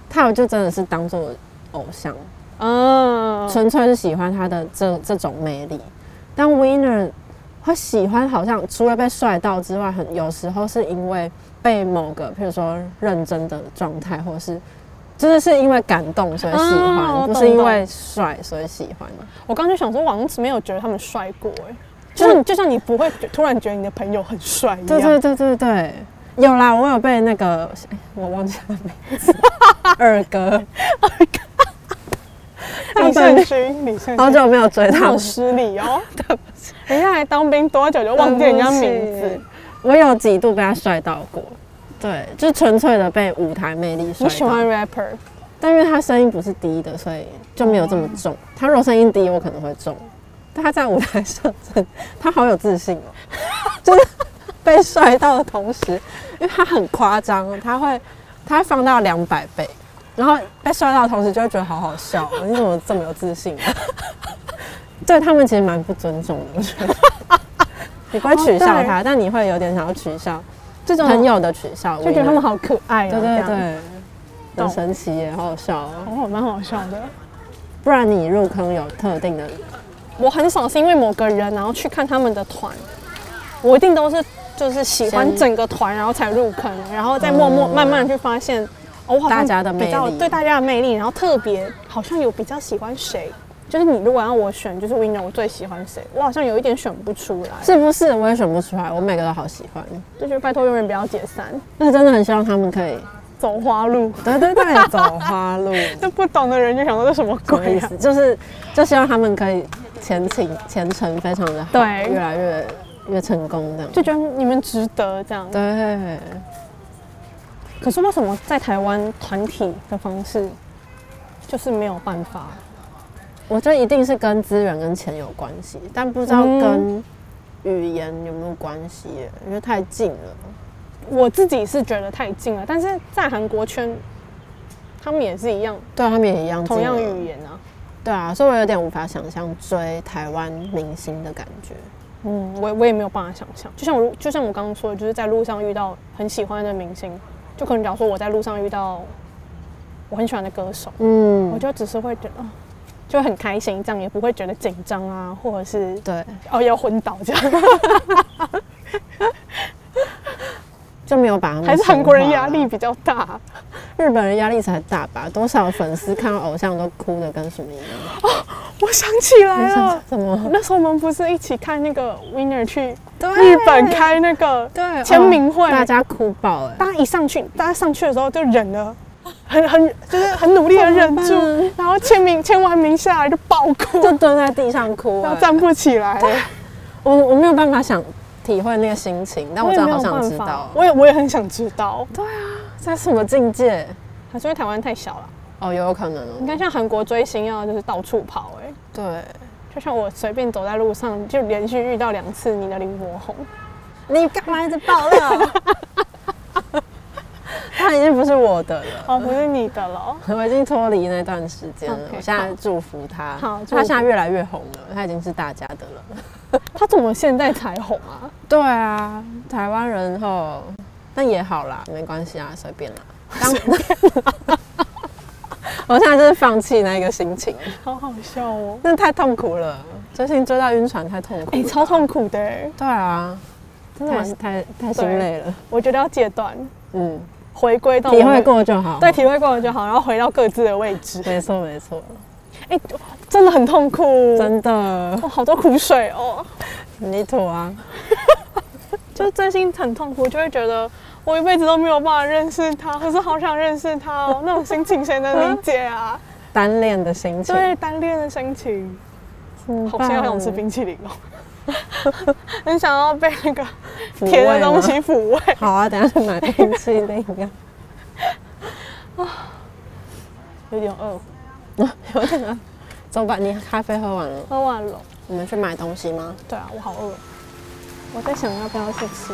B: 他我就真的是当做偶像，
A: 嗯，
B: 纯粹是喜欢他的这这种魅力。但 winner 会喜欢好像除了被帅到之外，很有时候是因为被某个譬如说认真的状态，或是真的是因为感动所以喜欢，
A: 啊我
B: 不是
A: 懂
B: 因
A: 懂
B: 为帅所以喜欢。
A: 我刚就想说，我好像没有觉得他们帅过哎，就像就像你不会觉突然觉得你的朋友很帅一
B: 对对
A: 样。
B: 对对对，有啦，我有被那个，哎我忘记他名字，二哥，
A: 李
B: 二哥，他本
A: 圣
B: 来
A: 勋，李圣
B: 好
A: 勋，
B: 久没有追
A: 你
B: 他
A: 好
B: 们，
A: 失礼哦。人家还当兵多久就忘记人家名
B: 对
A: 字
B: 不起？我有几度被他帅到过，对，就纯粹的被舞台魅力帅
A: 你喜欢
B: 到，
A: rapper？
B: 但因为他声音不是低的，所以就没有这么重。
A: 嗯
B: 他如果声音低，我可能会中，但他在舞台上真，他好有自信哦， 就是被帅到的同时，因为他很夸张，他会他会放到两百倍，然后被帅到的同时就会觉得好好笑哦，你怎么这么有自信、啊？ 对他们其实蛮不尊重的，我觉得。你不会取笑他，但你会有点想要取笑
A: 哦这种
B: 朋友的取笑，
A: 就觉得他们
B: 好，
A: 好可爱哦。
B: 对
A: 这
B: 对
A: 样，
B: 对，很
A: 懂
B: 神奇耶，好好笑哦。
A: 哦，蛮好笑的。
B: 不然你入坑有特定的
A: 我很少是因为某个人然后去看他们的团，我一定都是就是喜欢
B: 先
A: 整个团，然后才入坑，然后再默默
B: 嗯
A: 慢慢地去发现，哦，我好像
B: 大家的魅
A: 比较
B: 力
A: 对大家的魅力，然后特别好像有比较喜欢谁，就是你如果让我选，就是 winner 我最喜欢谁，我好像有一点选不出来，
B: 是不是？我也选不出来，我每个都好喜欢。
A: 就觉得拜托永远不要解散，
B: 那真的很希望他们可以，
A: 走花路。
B: 对对对，走花 路，
A: 就不懂的人就想说这什么
B: 什么
A: 鬼
B: 意
A: 啊？
B: 思？ 就是就希望他们可以前程前程非常的好，
A: 对
B: 越来越越成功这样。
A: 就觉得你们值得这样。
B: 对，
A: 可是为什么在台湾团体的方式就是没有办法？
B: 我觉得一定是跟资源跟钱有关系，但不知道跟语言有没有关系耶，因为太近了。
A: 我自己是觉得太近了，但是在韩国圈，他们也是一样，
B: 对他们也一样，
A: 同样语。言啊。
B: 对啊，所以我有点无法想象追台湾明星的感觉。
A: 嗯，我我也没有办法想象。就像我，就像我刚刚说的，就是在路上遇到很喜欢的明星，就可能假如说我在路上遇到我很喜欢的歌手，
B: 嗯，
A: 我就只是会觉得，哦就很开心，这样也不会觉得紧张啊，或者是
B: 对，
A: 哦要昏倒这样。
B: 就没有把他们
A: 还是
B: 神
A: 韩国人
B: 化
A: 压
B: 啊
A: 力比较大。
B: 日本人压力才大吧？多少粉丝看到偶像都哭的跟什么一样？
A: 我想起来了，
B: 怎么？
A: 那时候我们不是一起看那个 Winner 去
B: 对
A: 日本开那个
B: 对哦
A: 签名会，
B: 大家哭爆哎、
A: 大家一上去，大家上去的时候就忍了，很很就是很努力的忍
B: 怎么
A: 住，然后签名签完名下来就爆哭，
B: 就蹲在地上 哭、
A: 然后
B: 欸。
A: 站不起来。
B: 我我没有办法想体会那个心情，但我
A: 也
B: 真
A: 没
B: 的好
A: 有
B: 想
A: 办
B: 知
A: 法
B: 道，
A: 我也我也很想知道，
B: 在什么境界。
A: 还是因为台湾太小了。
B: 哦，有可能
A: 你
B: 哦。
A: 看，像韩国追星要就是到处跑、哎，
B: 对，
A: 就像我随便走在路上，就连续遇到两次你的林柏宏，
B: 你干嘛一直爆料？ 他已经不是我的了，
A: 哦， 不是你的了。
B: 我已经脱离那段时间了。
A: OK，
B: 我现在祝福他，
A: 好祝福
B: 他现在越来越红了，他已经是大家的了。
A: 他怎么现在才红啊？
B: 对啊，台湾人吼，但也好啦，没关系啊，随便啦。当 我现在就是放弃那一个心情，
A: 好好笑哦！
B: 那太痛苦了。最近追到晕船太痛苦了，
A: 哎、超痛苦的、哎
B: 对啊，
A: 真的
B: 太
A: 蛮，
B: 太太心累了。
A: 我觉得要戒断，
B: 嗯，
A: 回归到
B: 体
A: 我
B: 会
A: 们
B: 过就好。
A: 对，体会过了就好，然后回到各自的位置。
B: 没错没错，
A: 哎、真的很痛苦，
B: 真的
A: 哦，好多苦水哦。
B: 你妥啊。
A: 就是真心很痛苦，就会觉得我一辈子都没有办法认识他，可是好想认识他哦，那种心情谁能理解啊？
B: 单恋的心情，
A: 对，单恋的心情，
B: 嗯，
A: 好想好想吃
B: 棒
A: 冰淇淋哦， 很想要被那个
B: 抚慰
A: 甜的东西
B: 吗
A: 抚慰。
B: 好啊，等一下去买冰淇淋 啊。
A: 有点饿，
B: 有点啊走吧，你咖啡喝完了，
A: 喝完了。
B: 我们去买东西吗？
A: 对啊，我好饿。我在想要不要去吃